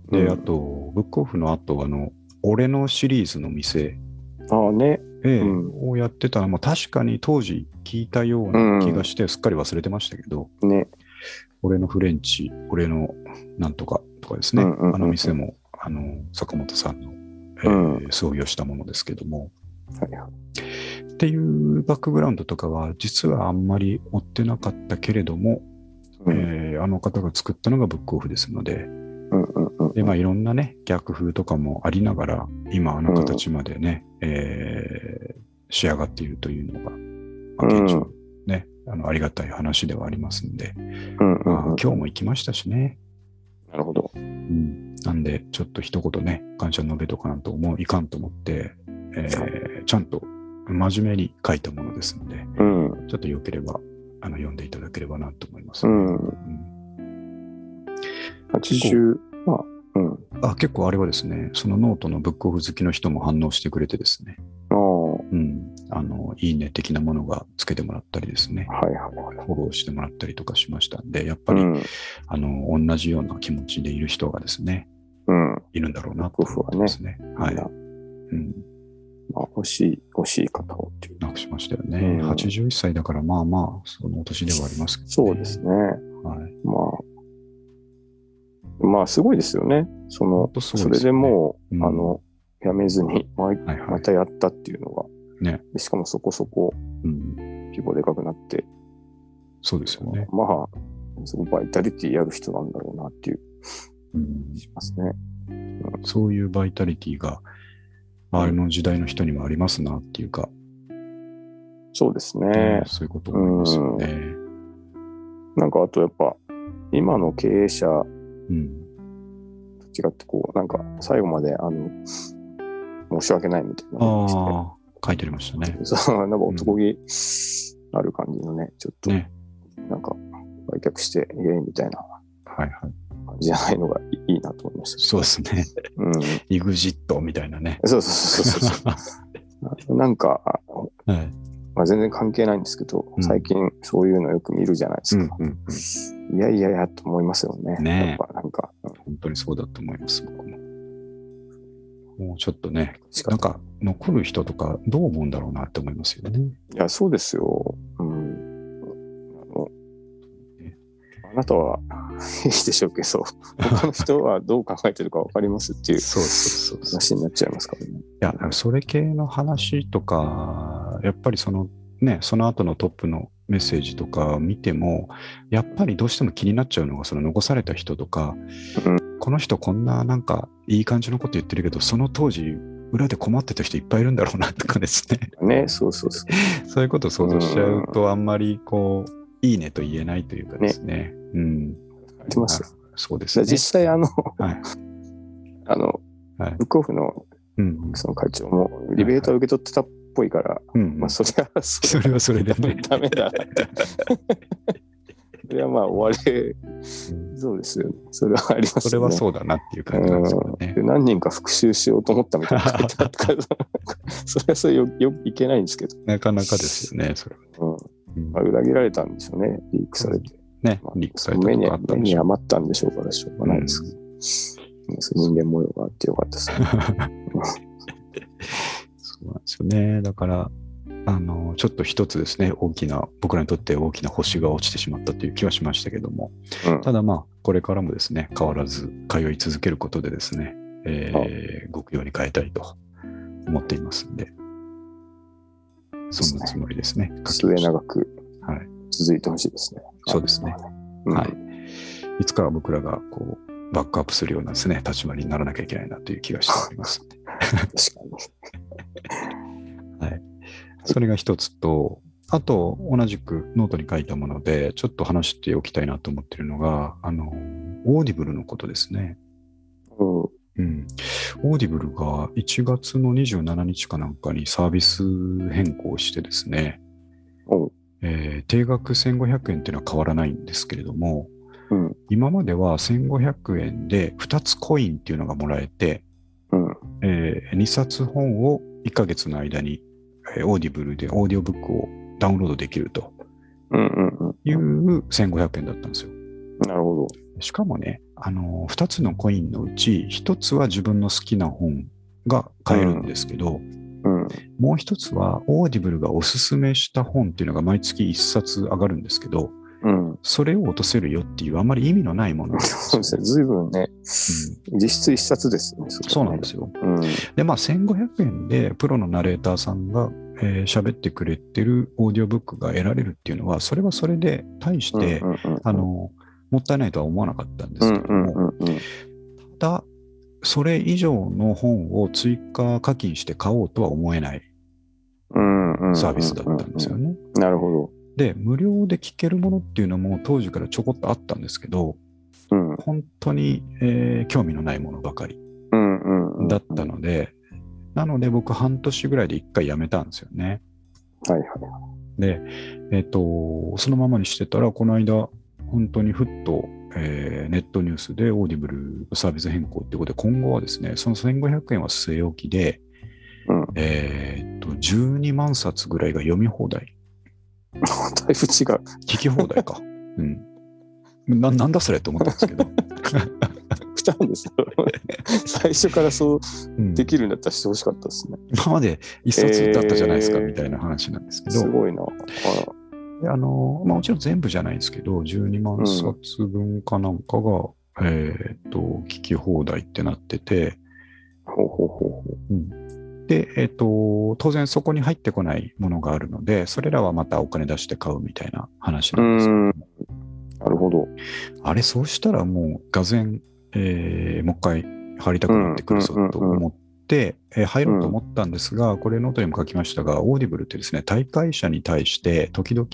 Speaker 2: う
Speaker 1: で、
Speaker 2: ん
Speaker 1: あと、ブックオフの後、あの、俺のシリーズの店、
Speaker 2: ああね。
Speaker 1: ええ
Speaker 2: うん
Speaker 1: をやってたら、まあ、確かに当時聞いたような気がして、すっかり忘れてましたけど、
Speaker 2: ね。
Speaker 1: 俺のフレンチ、俺のなんとかとかですね、
Speaker 2: うんうんうんうん
Speaker 1: あの店もあの坂本さんの、えー創業したものですけども、
Speaker 2: はいはい。
Speaker 1: っていうバックグラウンドとかは、実はあんまり追ってなかったけれども、
Speaker 2: うん
Speaker 1: えーあの方が作ったのがブックオフですので、
Speaker 2: うんうんうん。
Speaker 1: でまあ、いろんなね、逆風とかもありながら、今、あの形までね、えー仕上がっているというのが、まあ現状ね、あのありがたい話ではありますんで、
Speaker 2: うんう
Speaker 1: まあ
Speaker 2: んうん。
Speaker 1: 今日も行きましたしね、
Speaker 2: なるほど。
Speaker 1: うん、なんで、ちょっと一言ね、感謝述べとかなんと思ういかんと思って、えーちゃんと真面目に書いたものですので、
Speaker 2: うん。
Speaker 1: ちょっとよければ、あの読んでいただければなと思います、
Speaker 2: うん。
Speaker 1: うん
Speaker 2: 80、まあ、うん。
Speaker 1: あ結構あれはですね、そのノートのブックオフ好きの人も反応してくれてですね、
Speaker 2: ああ、は
Speaker 1: うん、あの、いいね的なものがつけてもらったりですね
Speaker 2: い、はいはい。
Speaker 1: フォローしてもらったりとかしましたんで、やっ
Speaker 2: う
Speaker 1: ぱり、
Speaker 2: ん。
Speaker 1: あの、同じような気持ちでいる人がですね、
Speaker 2: うん。
Speaker 1: いるんだろうなと思ってますね。はい。
Speaker 2: な
Speaker 1: うん。
Speaker 2: あ、欲しい、欲しい方をっていう。
Speaker 1: 亡くしましたよね。
Speaker 2: うん
Speaker 1: 81歳だから、まあまあ、そのお年ではありますけど、
Speaker 2: そうですね。
Speaker 1: はい。
Speaker 2: まあ、まあ、すごいですよね。そ
Speaker 1: ほ
Speaker 2: の
Speaker 1: ん、とすご
Speaker 2: そ
Speaker 1: いで
Speaker 2: れ
Speaker 1: すよ
Speaker 2: で
Speaker 1: ね
Speaker 2: もう、
Speaker 1: うん
Speaker 2: あの、やめずに、まい
Speaker 1: はいはい
Speaker 2: またやったっていうのが、
Speaker 1: ね
Speaker 2: でしかもそこそこ
Speaker 1: うん、
Speaker 2: 規模でかくなって、
Speaker 1: そうですよね。
Speaker 2: まあ、すごいバイタリティある人なんだろうなっていう
Speaker 1: うん
Speaker 2: 気がしますね。
Speaker 1: そういうバイタリティが、あれの時代の人にもありますなっていうか、
Speaker 2: そうですね
Speaker 1: うん。そういうこと思いますよね。
Speaker 2: なんかあとやっぱ、今の経営者
Speaker 1: うん。
Speaker 2: と違って、こう、なんか最後まで、あの、申し訳ないみたいなのですね、
Speaker 1: ああ、書いてありましたね。
Speaker 2: そう、なんか男気ある感じのね、ちょっと、
Speaker 1: ね。
Speaker 2: なんか、売却して、イエーイみたいな
Speaker 1: はいはい。
Speaker 2: 感じじゃないのがいいいいなと思いまし
Speaker 1: そうですね。
Speaker 2: た。うん。
Speaker 1: イグジットみたいなね。
Speaker 2: そうそうそうそう そう。なんか、あの
Speaker 1: はい。
Speaker 2: まあ、全然関係ないんですけど、
Speaker 1: うん
Speaker 2: 最近そういうのよく見るじゃないです
Speaker 1: うん
Speaker 2: か。
Speaker 1: うんうん。
Speaker 2: いやいやいやと思いますよね。
Speaker 1: ねえ
Speaker 2: やっぱなんか、うん
Speaker 1: 本当にそうだと思います、僕も。もうちょっとね、
Speaker 2: しか
Speaker 1: なんか残る人とかどう思うんだろうなって思いますよね。
Speaker 2: いや、そうですよ。うん。あの
Speaker 1: ね
Speaker 2: あなたはいいでしょうけど、他の人はどう考えてるか分かりますっていう
Speaker 1: そうそうそう
Speaker 2: 話になっちゃいますからね。
Speaker 1: いや、だからそれ系の話とか、やっぱりそのね、その後のトップのメッセージとか見ても、やっぱりどうしても気になっちゃうのが、その残された人とか、
Speaker 2: うん
Speaker 1: この人こんななんかいい感じのこと言ってるけど、その当時、裏で困ってた人いっぱいいるんだろうなとかですね。
Speaker 2: ね、そうそうそう。
Speaker 1: そういうことを想像しちゃうと、あんまりこう、いいねと言えないというかですね。うん。
Speaker 2: ありますよ
Speaker 1: あそうです
Speaker 2: だ
Speaker 1: ね。
Speaker 2: 実際、あの、
Speaker 1: はい
Speaker 2: あの、
Speaker 1: はい
Speaker 2: ブックオフの
Speaker 1: うん
Speaker 2: その会長もリベートは受け取ってたっぽいから、
Speaker 1: うん。
Speaker 2: まあ、そりゃ、そ
Speaker 1: それはそれで
Speaker 2: れ
Speaker 1: ね
Speaker 2: は。ダメだなって。それはまあ、終われそうですよね。それはありますね。
Speaker 1: それはそうだなっていう感じなんですけどね
Speaker 2: で。何人か復習しようと思った みたいな 書いてあったからそれはそれよよいけないんですけど、
Speaker 1: なかなかですよね、それは。
Speaker 2: うん
Speaker 1: うん
Speaker 2: まあ、裏切られたんでしょうね、リークされて。
Speaker 1: ね
Speaker 2: まあ、
Speaker 1: リックされたことがあった
Speaker 2: 目
Speaker 1: んで
Speaker 2: に
Speaker 1: しょう。
Speaker 2: 余ったんでしょうから、しょうがないですけど、うんそういう人間模様があってよかったですね。
Speaker 1: そうなんですよね。だから、あの、ちょっと一つですね、大きな、僕らにとって大きな星が落ちてしまったという気はしましたけども、
Speaker 2: うん
Speaker 1: ただまあ、これからもですね、変わらず通い続けることでですね、えー、極用に変えたいと思っていますんで、そんなつもりですね。
Speaker 2: 末永く
Speaker 1: はい
Speaker 2: 続いてほしいですね。
Speaker 1: そうですね。
Speaker 2: うん
Speaker 1: はい。いつかは僕らがこう、バックアップするようなですね、立場にならなきゃいけないなという気がしております。
Speaker 2: 確かに。
Speaker 1: それが一つと、あと、同じくノートに書いたもので、ちょっと話しておきたいなと思ってるのが、あの、オーディブルのことですね。
Speaker 2: うん
Speaker 1: うん。オーディブルが1月の27日かなんかにサービス変更してですね、
Speaker 2: おう
Speaker 1: えー定額1500円っていうのは変わらないんですけれども、
Speaker 2: うん
Speaker 1: 今までは1500円で2つコインっていうのがもらえて、
Speaker 2: うん
Speaker 1: え2冊本を1ヶ月の間に、えーオーディブルでオーディオブックをダウンロードできると
Speaker 2: うんうん
Speaker 1: いうう1500円だったんですよ。
Speaker 2: ん。なるほ
Speaker 1: しかもね、あの2つのコインのうち1つは自分の好きな本が買えるんですけど、
Speaker 2: ど。うん。
Speaker 1: もう1つはオーディブルがおすすめした本っていうのが毎月1冊上がるんですけど、
Speaker 2: うん。
Speaker 1: それを落とせるよっていうあんまり意味のないものなんですよ
Speaker 2: そうですね。ずいぶんね、実質一冊ですよね。。
Speaker 1: そうなんですすよ。
Speaker 2: うん。
Speaker 1: で、まあ、1500円でプロのナレーターさんが喋、えー喋ってくれてるオーディオブックが得られるっていうのは、それはそれで、対して、
Speaker 2: うんうんうんうん
Speaker 1: あの、もったいないとは思わなかったんで
Speaker 2: う
Speaker 1: す
Speaker 2: ん
Speaker 1: けど
Speaker 2: うん
Speaker 1: も、
Speaker 2: うんうん。
Speaker 1: ただ、それ以上の本を追加課金して買おうとは思えないサ
Speaker 2: サ
Speaker 1: ービスだったんですよね。
Speaker 2: なるほ
Speaker 1: で、無料で聞けるものっていうのも当時からちょこっとあったんですけど、
Speaker 2: ど。うん。
Speaker 1: 本当に、えー興味のないものばかり
Speaker 2: うんうんうん。
Speaker 1: だったので、なので僕半年ぐらいで一回やめたんですよね。
Speaker 2: はいはい。
Speaker 1: で、えっ、と、そのままにしてたら、この間、本当にふっと、えーネットニュースでオーディブルサービス変更ってことで、今後はですね、その1500円は据え置きで、
Speaker 2: うん
Speaker 1: えーっと、12万冊ぐらいが読み放題。
Speaker 2: だいぶ違う。
Speaker 1: 聞き放題か。うん。ななんだそれと思ったんですけど、
Speaker 2: 普したいんですよ。最初からそう
Speaker 1: うん
Speaker 2: できるんだったらしてほしかったですね。
Speaker 1: 今まで一冊だったじゃないですか、
Speaker 2: えー
Speaker 1: みたいな話なんですけど、
Speaker 2: すごいな。あ
Speaker 1: であの、まあ、もちろん全部じゃないですけど、12万冊分かなんかが、えーっと、聞き放題ってなってて、
Speaker 2: らほうほうほうほう。
Speaker 1: で、えーっと、当然そこに入ってこないものがあるので、それらはまたお金出して買うみたいな話
Speaker 2: う
Speaker 1: なんですけど
Speaker 2: ん。なるほど。
Speaker 1: あれ、そうしたらもう、がぜん、えーもう一回入りたくなってくるぞ
Speaker 2: うんうんうん
Speaker 1: と思って、えー入ろうと思ったんですが、これ、ノートにも書きましたが、オーディブルってですね、大会者に対して、時々、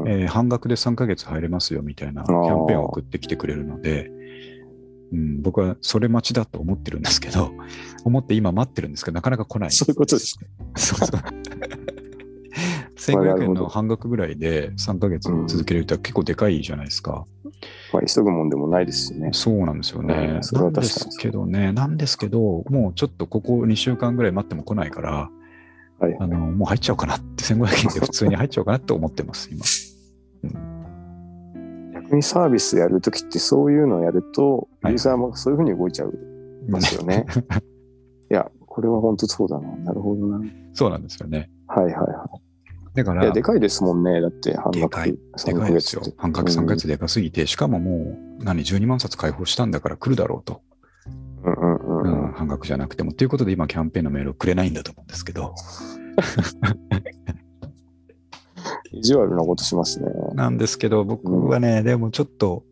Speaker 2: うん
Speaker 1: えー半額で3ヶ月入れますよみたいなキ
Speaker 2: ー
Speaker 1: ャンペーンを送ってきてくれるので、うん、僕はそれ待ちだと思ってるんですけど、 思って今待ってるんですけど、なかなか来ない。
Speaker 2: そういうことです
Speaker 1: ね。そう そう。
Speaker 2: まあなる
Speaker 1: 1500円
Speaker 2: ほど
Speaker 1: の半額ぐらいで3ヶ月続けるって結構でかいじゃないですか。
Speaker 2: まあ、急ぐもんでもないですしね。
Speaker 1: そうなんですよね。
Speaker 2: うんそれ
Speaker 1: な
Speaker 2: は
Speaker 1: んで
Speaker 2: 確かに
Speaker 1: すけどね、なんですけど、もうちょっとここ2週間ぐらい待っても来ないから、
Speaker 2: はい
Speaker 1: あのもう入っちゃおうかなって、1500円で普通に入っちゃおうかなって思ってます、今。
Speaker 2: 逆にサービスやるときってそういうのをやると、
Speaker 1: はい
Speaker 2: ユーザーもそういうふうに動いちゃうんですよね。いや、これは本当そうだな。なるほどな。
Speaker 1: そうなんですよね。
Speaker 2: はいはいは
Speaker 1: だか
Speaker 2: い。い
Speaker 1: ら、
Speaker 2: や、でかいですもんね。だって半
Speaker 1: で
Speaker 2: 額
Speaker 1: かいで
Speaker 2: 3
Speaker 1: か
Speaker 2: ヶ
Speaker 1: いで
Speaker 2: 月
Speaker 1: す
Speaker 2: っ
Speaker 1: よ
Speaker 2: て。。
Speaker 1: 半額3ヶ月でかすぎて、しかももう、何、12万冊開放したんだから来るだろうと。
Speaker 2: うんうんうん
Speaker 1: う
Speaker 2: うん。
Speaker 1: ん、半額じゃなくても。ということで、今、キャンペーンのメールをくれないんだと思うんですけど、
Speaker 2: 意地悪なことしますね。
Speaker 1: なんですけど、僕はね、でもちょっと、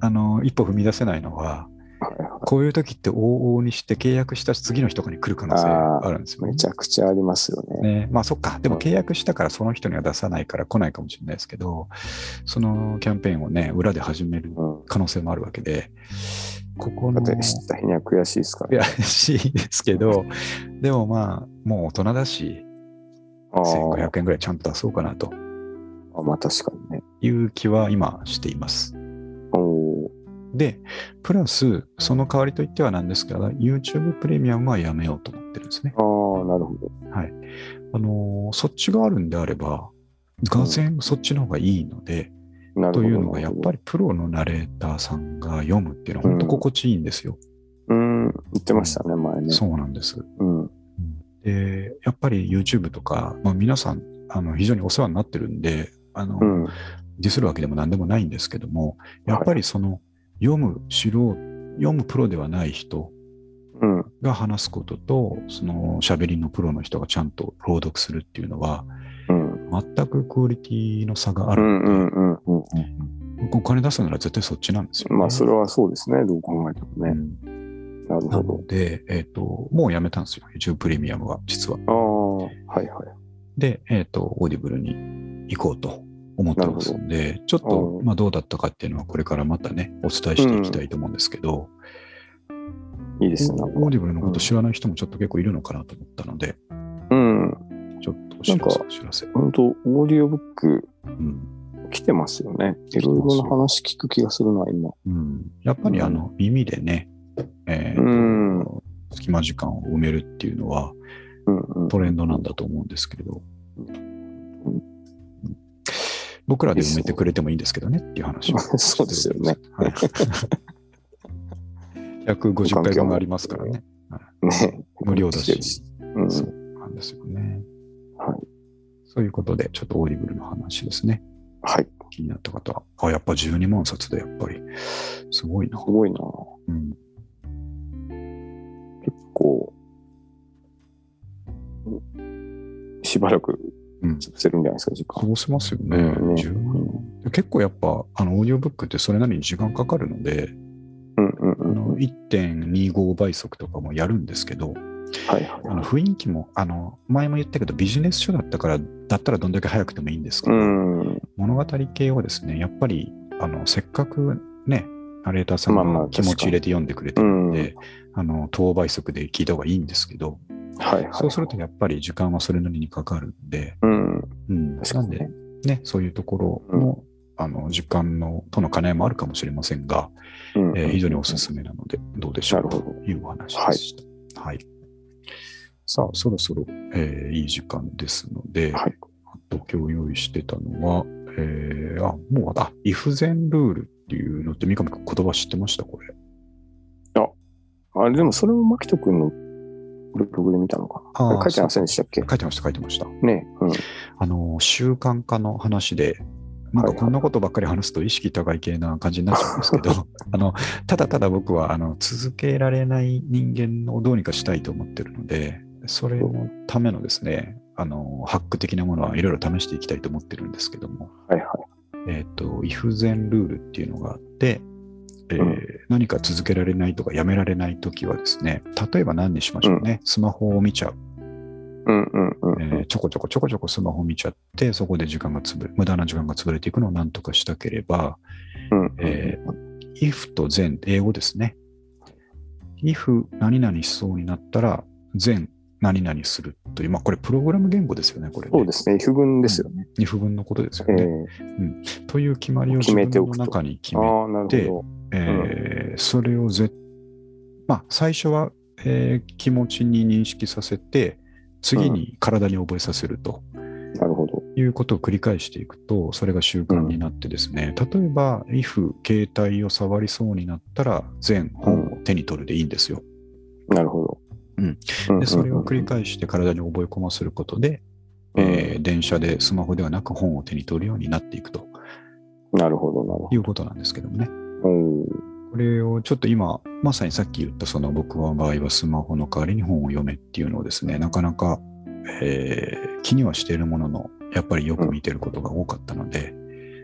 Speaker 1: あの、一歩踏み出せないのは、
Speaker 2: はいは
Speaker 1: こういう時って往々にして契約した次の人に来る可能性があるんです
Speaker 2: い
Speaker 1: よね
Speaker 2: めち。ゃくちゃありますよね。
Speaker 1: ね、まあそっか、でも契約したからその人には出さないから来ないかもしれないですけど、そのキャンペーンをね、裏で始める
Speaker 2: うん。
Speaker 1: 可能性もあるわけで、ここ
Speaker 2: だ
Speaker 1: の
Speaker 2: って知った日には悔しいですから。
Speaker 1: 悔しいですけど、でもまあ、もう大人だし、
Speaker 2: あー
Speaker 1: 1500円ぐらいちゃんと出そうかなと
Speaker 2: あ、まあ確かにね。
Speaker 1: いう気は今しています。
Speaker 2: おお
Speaker 1: で、プラス、その代わりといってはなんですが、YouTube プレミアムはやめようと思ってるんですね。
Speaker 2: ー。ああ、なるほど。
Speaker 1: あのーそっちがあるんであれば、がぜんそっちの方がいいので、
Speaker 2: なるほど。
Speaker 1: というのがやっぱ
Speaker 2: り。
Speaker 1: りプロのナレーターさんが読むっていうのは本当心地いいんですよ。
Speaker 2: うん。言ってましたね、前ね。
Speaker 1: そうなんです。
Speaker 2: うん。
Speaker 1: で、やっぱり YouTube とか、まあ、皆さんあの非常にお世話になってるんで、あの
Speaker 2: うん。
Speaker 1: ディスるわけでも何でもないんですけども、やっぱりその読む素人、読むプロではない人
Speaker 2: うん。
Speaker 1: が話すことと、その喋りのプロの人がちゃんと朗読するっていうのは、
Speaker 2: うん。
Speaker 1: 全くクオリティの差があ
Speaker 2: う
Speaker 1: るの
Speaker 2: ん
Speaker 1: で、
Speaker 2: うんうんうん。
Speaker 1: お金出すなら絶対そっちなんですよね、
Speaker 2: まあ、それはそうですね。どう考えても
Speaker 1: う
Speaker 2: ね。
Speaker 1: ん
Speaker 2: なる
Speaker 1: な
Speaker 2: ほ
Speaker 1: ので、えっ、と、もうやめたんですよ。YouTube プレミアムは、実は。
Speaker 2: ど。ああ、はいはい。
Speaker 1: で、えっ、と、オーディブルに行こうと思ってますんで、ちょっと、
Speaker 2: うん
Speaker 1: まあ、どうだったかっていうのは、これからまたね、お伝えしていきたいと思うんですけど、
Speaker 2: いいですね。なんか
Speaker 1: オーディブルのこと知らない人もちょっと結構いるのかなと思ったので、
Speaker 2: うん。
Speaker 1: ちょっとお知ら
Speaker 2: なん
Speaker 1: せ、
Speaker 2: か
Speaker 1: お知らせ。
Speaker 2: 本当オーディオブック
Speaker 1: うん。
Speaker 2: 来てますよね。いろいろな話聞く気がするな、今。
Speaker 1: うん、やっぱり、あの、耳でね、えーと
Speaker 2: うん
Speaker 1: 隙間時間を埋めるっていうのは、
Speaker 2: うんうん。
Speaker 1: トレンドなんだと思うんですけれど、僕らで埋めてくれてもいいんですけどねっていう話を
Speaker 2: そうですよね。
Speaker 1: はい 150回分がありますからね。
Speaker 2: ね。
Speaker 1: 無料だし。
Speaker 2: うん。
Speaker 1: そうなんですよね。
Speaker 2: はい。
Speaker 1: そういうことで、ちょっとオーディブルの話ですね。
Speaker 2: はい。
Speaker 1: 気になった方は、あ、やっぱ12万冊で、やっぱり、すごいな
Speaker 2: す。ごいな。
Speaker 1: うん。
Speaker 2: 結構、しばらく
Speaker 1: うん。
Speaker 2: 潰せるんじゃないですか、時間。
Speaker 1: そうしますよね。
Speaker 2: うん
Speaker 1: 10万で結構やっぱ、あの、オーディオブックってそれなりに時間かかるので、
Speaker 2: うんうんう
Speaker 1: あ
Speaker 2: ん。
Speaker 1: の1.25倍速とかもやるんですけど、
Speaker 2: はいはい
Speaker 1: あ
Speaker 2: は
Speaker 1: の
Speaker 2: い。
Speaker 1: 雰囲気も、あの前も言ったけど、ビジネス書だったから、だったらどんだけ早くてもいいんですけ
Speaker 2: う
Speaker 1: ど、
Speaker 2: ん。
Speaker 1: 物語系はですね、やっぱりあのせっかくね、ナレーターさん
Speaker 2: まあまあ
Speaker 1: が気持ち入れて読んでくれてるんで、あの等倍速で聞いた方がいいんですけど、
Speaker 2: はいはい。
Speaker 1: そうするとやっぱり時間はそれなりにかかるんで、
Speaker 2: うん。
Speaker 1: うん、
Speaker 2: 確
Speaker 1: な
Speaker 2: か
Speaker 1: ん
Speaker 2: にね
Speaker 1: で、ね、そういうところの,、あの時間のとの兼ね合いもあるかもしれませんが、
Speaker 2: うん
Speaker 1: えー非常におすすめなので、どうでしょう
Speaker 2: なる
Speaker 1: と
Speaker 2: ほど
Speaker 1: いうお話でした。はい。さあ、そろそろ、えーいい時間ですので、
Speaker 2: はい。
Speaker 1: あと今日用意してたのは、えーあ、もう、あ、イフゼンルールっていうのって、三上君言葉知ってましたこれ。
Speaker 2: あれ、でもそれも牧人君のブログで見たのかな。書いてませんでしたっけ
Speaker 1: 書いてました、書いてました。
Speaker 2: ね。うん。
Speaker 1: あの、習慣化の話で、なんかこんなことばっかり話すと意識高い系な感じになっちゃうんですけ ど、あの、ただただ僕は、あの、続けられない人間をどうにかしたいと思ってるので、それのためのですね、あの、ハック的なものはいろいろ試していきたいと思ってるんですけども、
Speaker 2: はいはい。
Speaker 1: えっ、と、if then ルールっていうのがあって、えー
Speaker 2: うん
Speaker 1: 何か続けられないとかやめられないときはですね、例えば何にしましょうね、スマホを見ちゃう、
Speaker 2: うんうんうん
Speaker 1: えーちょこちょこちょこちょこスマホ見ちゃって、そこで時間がつぶれ、無駄な時間が潰れていくのを何とかしたければ、
Speaker 2: うん。うん
Speaker 1: えー if と then、英語ですね。if 何々しそうになったら、then 何々するという、まあこれプログラム言語ですよね、これ、
Speaker 2: そうですね。不分ですよね。
Speaker 1: ね。if 分のことですよ
Speaker 2: え
Speaker 1: ね。
Speaker 2: ー
Speaker 1: という決まりを自
Speaker 2: 決め
Speaker 1: 分
Speaker 2: てお
Speaker 1: の
Speaker 2: くと
Speaker 1: 中に決め
Speaker 2: ああ、なるほ
Speaker 1: えーそれをぜ、まあ、最初は、えー気持ちに認識させて、次に体に覚えさせると
Speaker 2: ど。なるほど。
Speaker 1: いうことを繰り返していくと、それが習慣になってですね、例えば、if 携帯を触りそうになったら、全本を手に取るでいいんですよ。
Speaker 2: なるほど。
Speaker 1: うん
Speaker 2: うんうんうん。
Speaker 1: で、それを繰り返して体に覚え込ませることで、
Speaker 2: うん
Speaker 1: えー電車でスマホではなく本を手に取るようになっていくと
Speaker 2: なるほど、なるほ
Speaker 1: いうことなんですけどもね。
Speaker 2: ど。うん
Speaker 1: これをちょっと今、まさにさっき言ったその僕の場合はスマホの代わりに本を読めっていうのをですね、なかなか、えー気にはしているものの、やっぱりよく見てることが多かったので、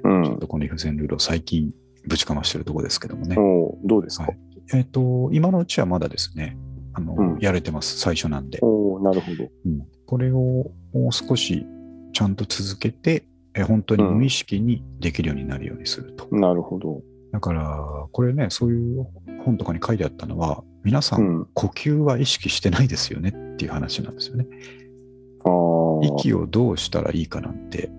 Speaker 2: うん
Speaker 1: ちょっ。とこの if 全ルールを最近ぶちかましてるところですけどもね。
Speaker 2: おーどうですか、
Speaker 1: はいえっ、と、今のうちはまだですね、あの、
Speaker 2: うん
Speaker 1: やれてます。最初なんで。
Speaker 2: おおなるほど。
Speaker 1: うんこれをもう少しちゃんと続けて、えー本当に無意識にできるようになるようにすると。
Speaker 2: なるほど。
Speaker 1: だから、これね、そういう本とかに書いてあったのは、皆さ
Speaker 2: うんん。
Speaker 1: 呼吸は意識してないですよねっていう話なんですよね。
Speaker 2: ああ。
Speaker 1: 息をどうしたらいいかなんて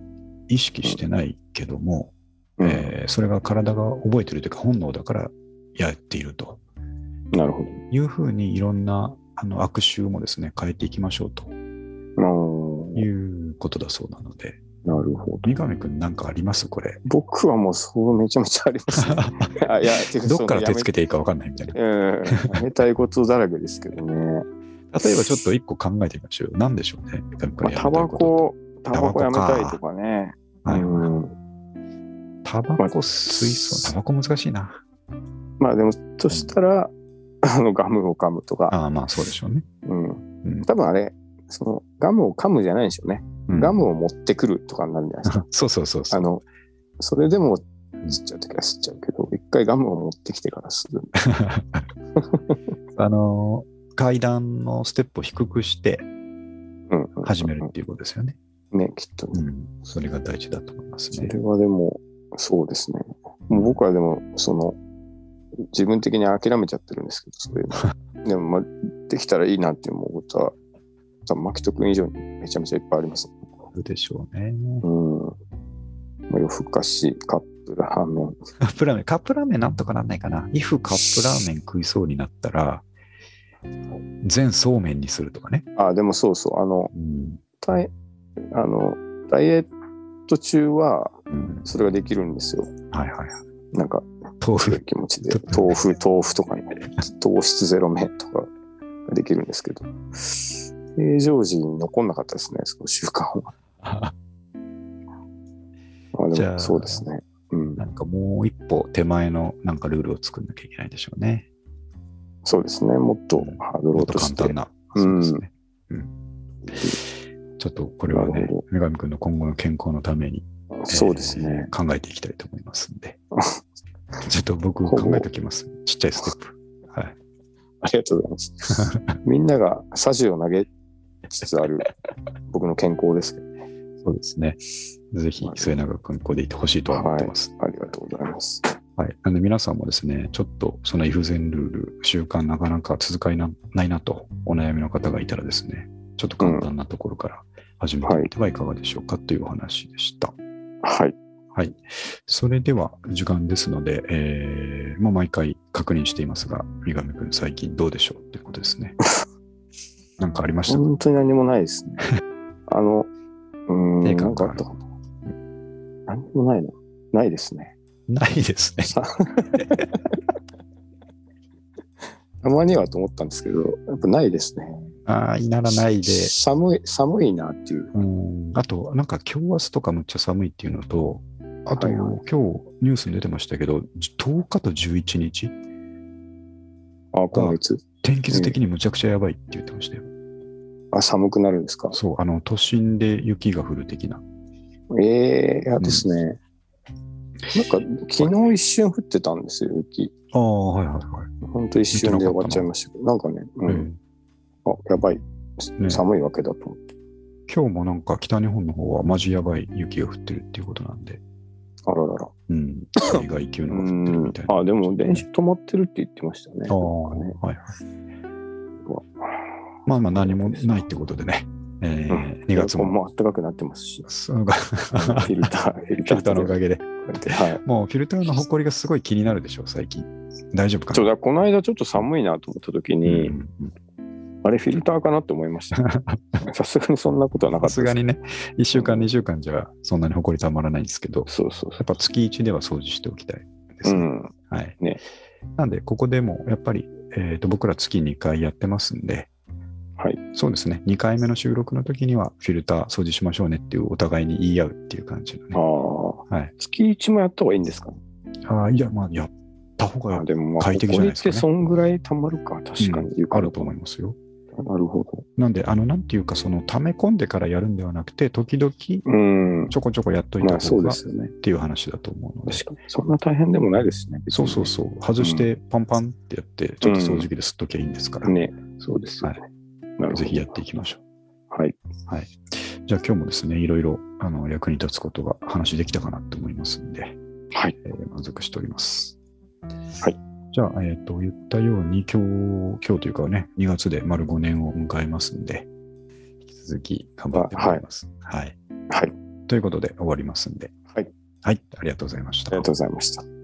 Speaker 1: 意識してないけども、
Speaker 2: うん
Speaker 1: えーそれが体が覚えてるというか本能だからやっていると
Speaker 2: なるほ
Speaker 1: いうふうにいろんなあの悪臭もですね変えていきましょうと
Speaker 2: ど。あ
Speaker 1: いうことだそうなので
Speaker 2: あ。なるほど。
Speaker 1: 三上くんなんかありますこ れ
Speaker 2: 僕はもうそうめちゃめちゃあり ます、ね。あいや、て
Speaker 1: どっから手つけ
Speaker 2: て
Speaker 1: ていいかわかんないみたいな
Speaker 2: うん、やめたいことだらけですけ どね。
Speaker 1: 例えばちょっと一個考えてみましょう何でしょうね三上くん
Speaker 2: ま
Speaker 1: のや
Speaker 2: あ、タ
Speaker 1: りた
Speaker 2: バ
Speaker 1: いこと
Speaker 2: コ、タバコやめたいとかね。
Speaker 1: はい
Speaker 2: うん、
Speaker 1: タバコ水素タバコ難しいな
Speaker 2: まあでも、としたら、あの、ガムを噛むとか。
Speaker 1: ああまあそうでしょうね、
Speaker 2: うん。
Speaker 1: うん
Speaker 2: 多分あれ、その、ガムを噛むじゃないんでしょうね。
Speaker 1: うん
Speaker 2: ガムを持ってくるとかになるんじゃないで すか。
Speaker 1: そうそうそうそ
Speaker 2: あ
Speaker 1: う。
Speaker 2: の、それでも吸っちゃうときは吸っちゃうけど、一回ガムを持ってきてから吸う。
Speaker 1: あのー階段のステップを低くして
Speaker 2: うん、うん
Speaker 1: 始めるっていうことですよね。
Speaker 2: ね、きっとね。
Speaker 1: うん、それが大事だと思います
Speaker 2: そ
Speaker 1: ね
Speaker 2: れ。はでも、そうですね。もう僕はでも、その、自分的に諦めちゃってるんですけど、そういう の。でも、まあ、できたらいいなって思うことは、多分、牧人君以上にめちゃめちゃいっぱいあります。
Speaker 1: あるでしょうね。
Speaker 2: うん。まあ、夜更かし、カップル、ラーメン。
Speaker 1: カップラーメン、カップラーメンなんとかなんないかな。if カップラーメン食いそうになったら、全そうめんにするとかね。
Speaker 2: あ、でもそうそう、あの、
Speaker 1: うん
Speaker 2: ダイあのダイエット中は、
Speaker 1: うん、
Speaker 2: それができるんですよ。
Speaker 1: はいはいはい。
Speaker 2: なんか、
Speaker 1: 豆
Speaker 2: そういう
Speaker 1: 腐。
Speaker 2: 気持ちで、豆腐、豆腐とかね、糖質ゼロ麺とかができるんですけど、平常時に残んなかったですね、その習慣は。まあ
Speaker 1: じ
Speaker 2: で
Speaker 1: ゃあ
Speaker 2: も、そうですね。うん、
Speaker 1: なんかもう一歩手前のなんかルールを作んなきゃいけないでしょうね。
Speaker 2: そうですね、もっとハード
Speaker 1: もっ
Speaker 2: ルを
Speaker 1: と
Speaker 2: 落とし
Speaker 1: 簡
Speaker 2: て
Speaker 1: 単。な。
Speaker 2: うん
Speaker 1: そうですねうんちょっとこれは
Speaker 2: な
Speaker 1: ね
Speaker 2: るほ、
Speaker 1: 女神くんの今後の健康のために、
Speaker 2: そうですね。
Speaker 1: えー考えていきたいと思いますん で。ちょっと僕
Speaker 2: ほぼ
Speaker 1: 考えておきます。ちっちゃいステップ。はい。
Speaker 2: ありがとうございます。みんながサジを投げつつある僕の健康ですけど、
Speaker 1: そうですね。ぜひ末永くんここでいてほしいとは思ってます。
Speaker 2: ありがとうございます。
Speaker 1: はい。なんで皆さんもですね、ちょっとその if 全ルール、習慣なかなか続かなないなとお悩みの方がいたらですね、ちょっと簡単なところから始めてみてはいかがでしょうかというお話でした。
Speaker 2: はい。
Speaker 1: はい。それでは時間ですので、えー、もう毎回確認していますが、三上くん最近どうでしょうっていうこと ですね。なんかありましたか
Speaker 2: 本当に何もないですね。あの、うー
Speaker 1: 定
Speaker 2: ん、な
Speaker 1: 感
Speaker 2: んかあったかな。何もないな。ないですね。
Speaker 1: ないですね。
Speaker 2: たまにはと思ったんですけど、やっぱないですね。
Speaker 1: ああ、いならないで。
Speaker 2: 寒い、寒いなっていう。
Speaker 1: うんあと、なんか今日明日とかむっちゃ寒いっていうのと、あと、
Speaker 2: はいはい
Speaker 1: 今日ニュースに出てましたけど、10日と11日、
Speaker 2: あ、今月。
Speaker 1: 天気図的にむちゃくちゃやばいって言ってましたよ。
Speaker 2: あ、寒くなるんですか。
Speaker 1: そう、あの、都心で雪が降る的な。
Speaker 2: ええいや
Speaker 1: ん
Speaker 2: ですね。なんか、昨日一瞬降ってたんですよ、雪。
Speaker 1: ああ、はいはいはい。
Speaker 2: ほんと一瞬で終わっちゃいましたけど。なんかね、うん
Speaker 1: うん
Speaker 2: あ、やばい。
Speaker 1: ね
Speaker 2: 寒いわけだと思って。
Speaker 1: 今日もなんか北日本の方はマジやばい雪が降ってるっていうことなんで、
Speaker 2: あららら。
Speaker 1: うん、災害級のが降ってるみたいな。
Speaker 2: あ、でも電車止まってるって言ってましたね。
Speaker 1: ああ、
Speaker 2: なんかね
Speaker 1: はいはい。まあまあ何もないってことでね、えー
Speaker 2: うん
Speaker 1: 2月も。。
Speaker 2: もう暖かくなってますし
Speaker 1: そうか
Speaker 2: フ ィルター、フィ
Speaker 1: フ
Speaker 2: ルタ
Speaker 1: ィルターの
Speaker 2: ーと
Speaker 1: おかげで。
Speaker 2: はい。
Speaker 1: もうフィルターの埃がすごい気になるでしょ、最近。大丈夫か
Speaker 2: そう
Speaker 1: な
Speaker 2: だ、この間ちょっと寒いなと思った時
Speaker 1: うんう
Speaker 2: に、
Speaker 1: んうん
Speaker 2: あれフィルターかなって思い ました。さすがにそんなことはなか
Speaker 1: さ
Speaker 2: った
Speaker 1: すが
Speaker 2: に。
Speaker 1: にね、1週間、2週間じゃそんなに埃たまらないんですけど、
Speaker 2: そうそうそ
Speaker 1: やっぱ月1では掃除しておきたいです
Speaker 2: う。う
Speaker 1: ね。
Speaker 2: ん。
Speaker 1: はい。
Speaker 2: ね
Speaker 1: なんで、ここでもやっぱり、えーと、僕ら月2回やってますんで、
Speaker 2: はい。
Speaker 1: そうですね、2回目の収録の時には、フィルター掃除しましょうねっていう、お互いに言い合うっていう感じのね。
Speaker 2: ああ。
Speaker 1: はい
Speaker 2: 月1もやった方がいいんですかね。
Speaker 1: ああ、いや、まあ、やった方が
Speaker 2: あでもまあ、
Speaker 1: 快適じゃないですかね
Speaker 2: 埃ってそんぐらい溜まるか、確かに。
Speaker 1: あると思いますよ。
Speaker 2: す。なるほど。
Speaker 1: なんで、あの、なんていうか、その、溜め込んでからやるんではなくて、時々、ち
Speaker 2: うん。
Speaker 1: ょこちょこやっとい
Speaker 2: ま
Speaker 1: た
Speaker 2: あ、そ
Speaker 1: 方
Speaker 2: う
Speaker 1: が
Speaker 2: で
Speaker 1: っ
Speaker 2: すよね。
Speaker 1: ていう話だと思うので。
Speaker 2: 確かに。そんな大変でもないですしね。別
Speaker 1: そ
Speaker 2: に
Speaker 1: うそうそう。外して、パンパンってやって、ちょっと掃除機で吸っときゃいいんですから。
Speaker 2: ね。そうですよね。なるほど。
Speaker 1: ぜひやっていきましょう。
Speaker 2: はい。
Speaker 1: じゃあ今日もですね、いろいろあの役に立つことが話できたかなと思いますんで、
Speaker 2: はい。
Speaker 1: えー満足しております。
Speaker 2: はい。
Speaker 1: じゃあ、えっ、と、言ったように、今日、今日というかね、2月で丸5年を迎えますんで、引き続き頑張ってもらいます。はい。
Speaker 2: はい。あり
Speaker 1: ということで終わりますんで。
Speaker 2: はい。
Speaker 1: はい、ありがとうございました
Speaker 2: がとう。ございました。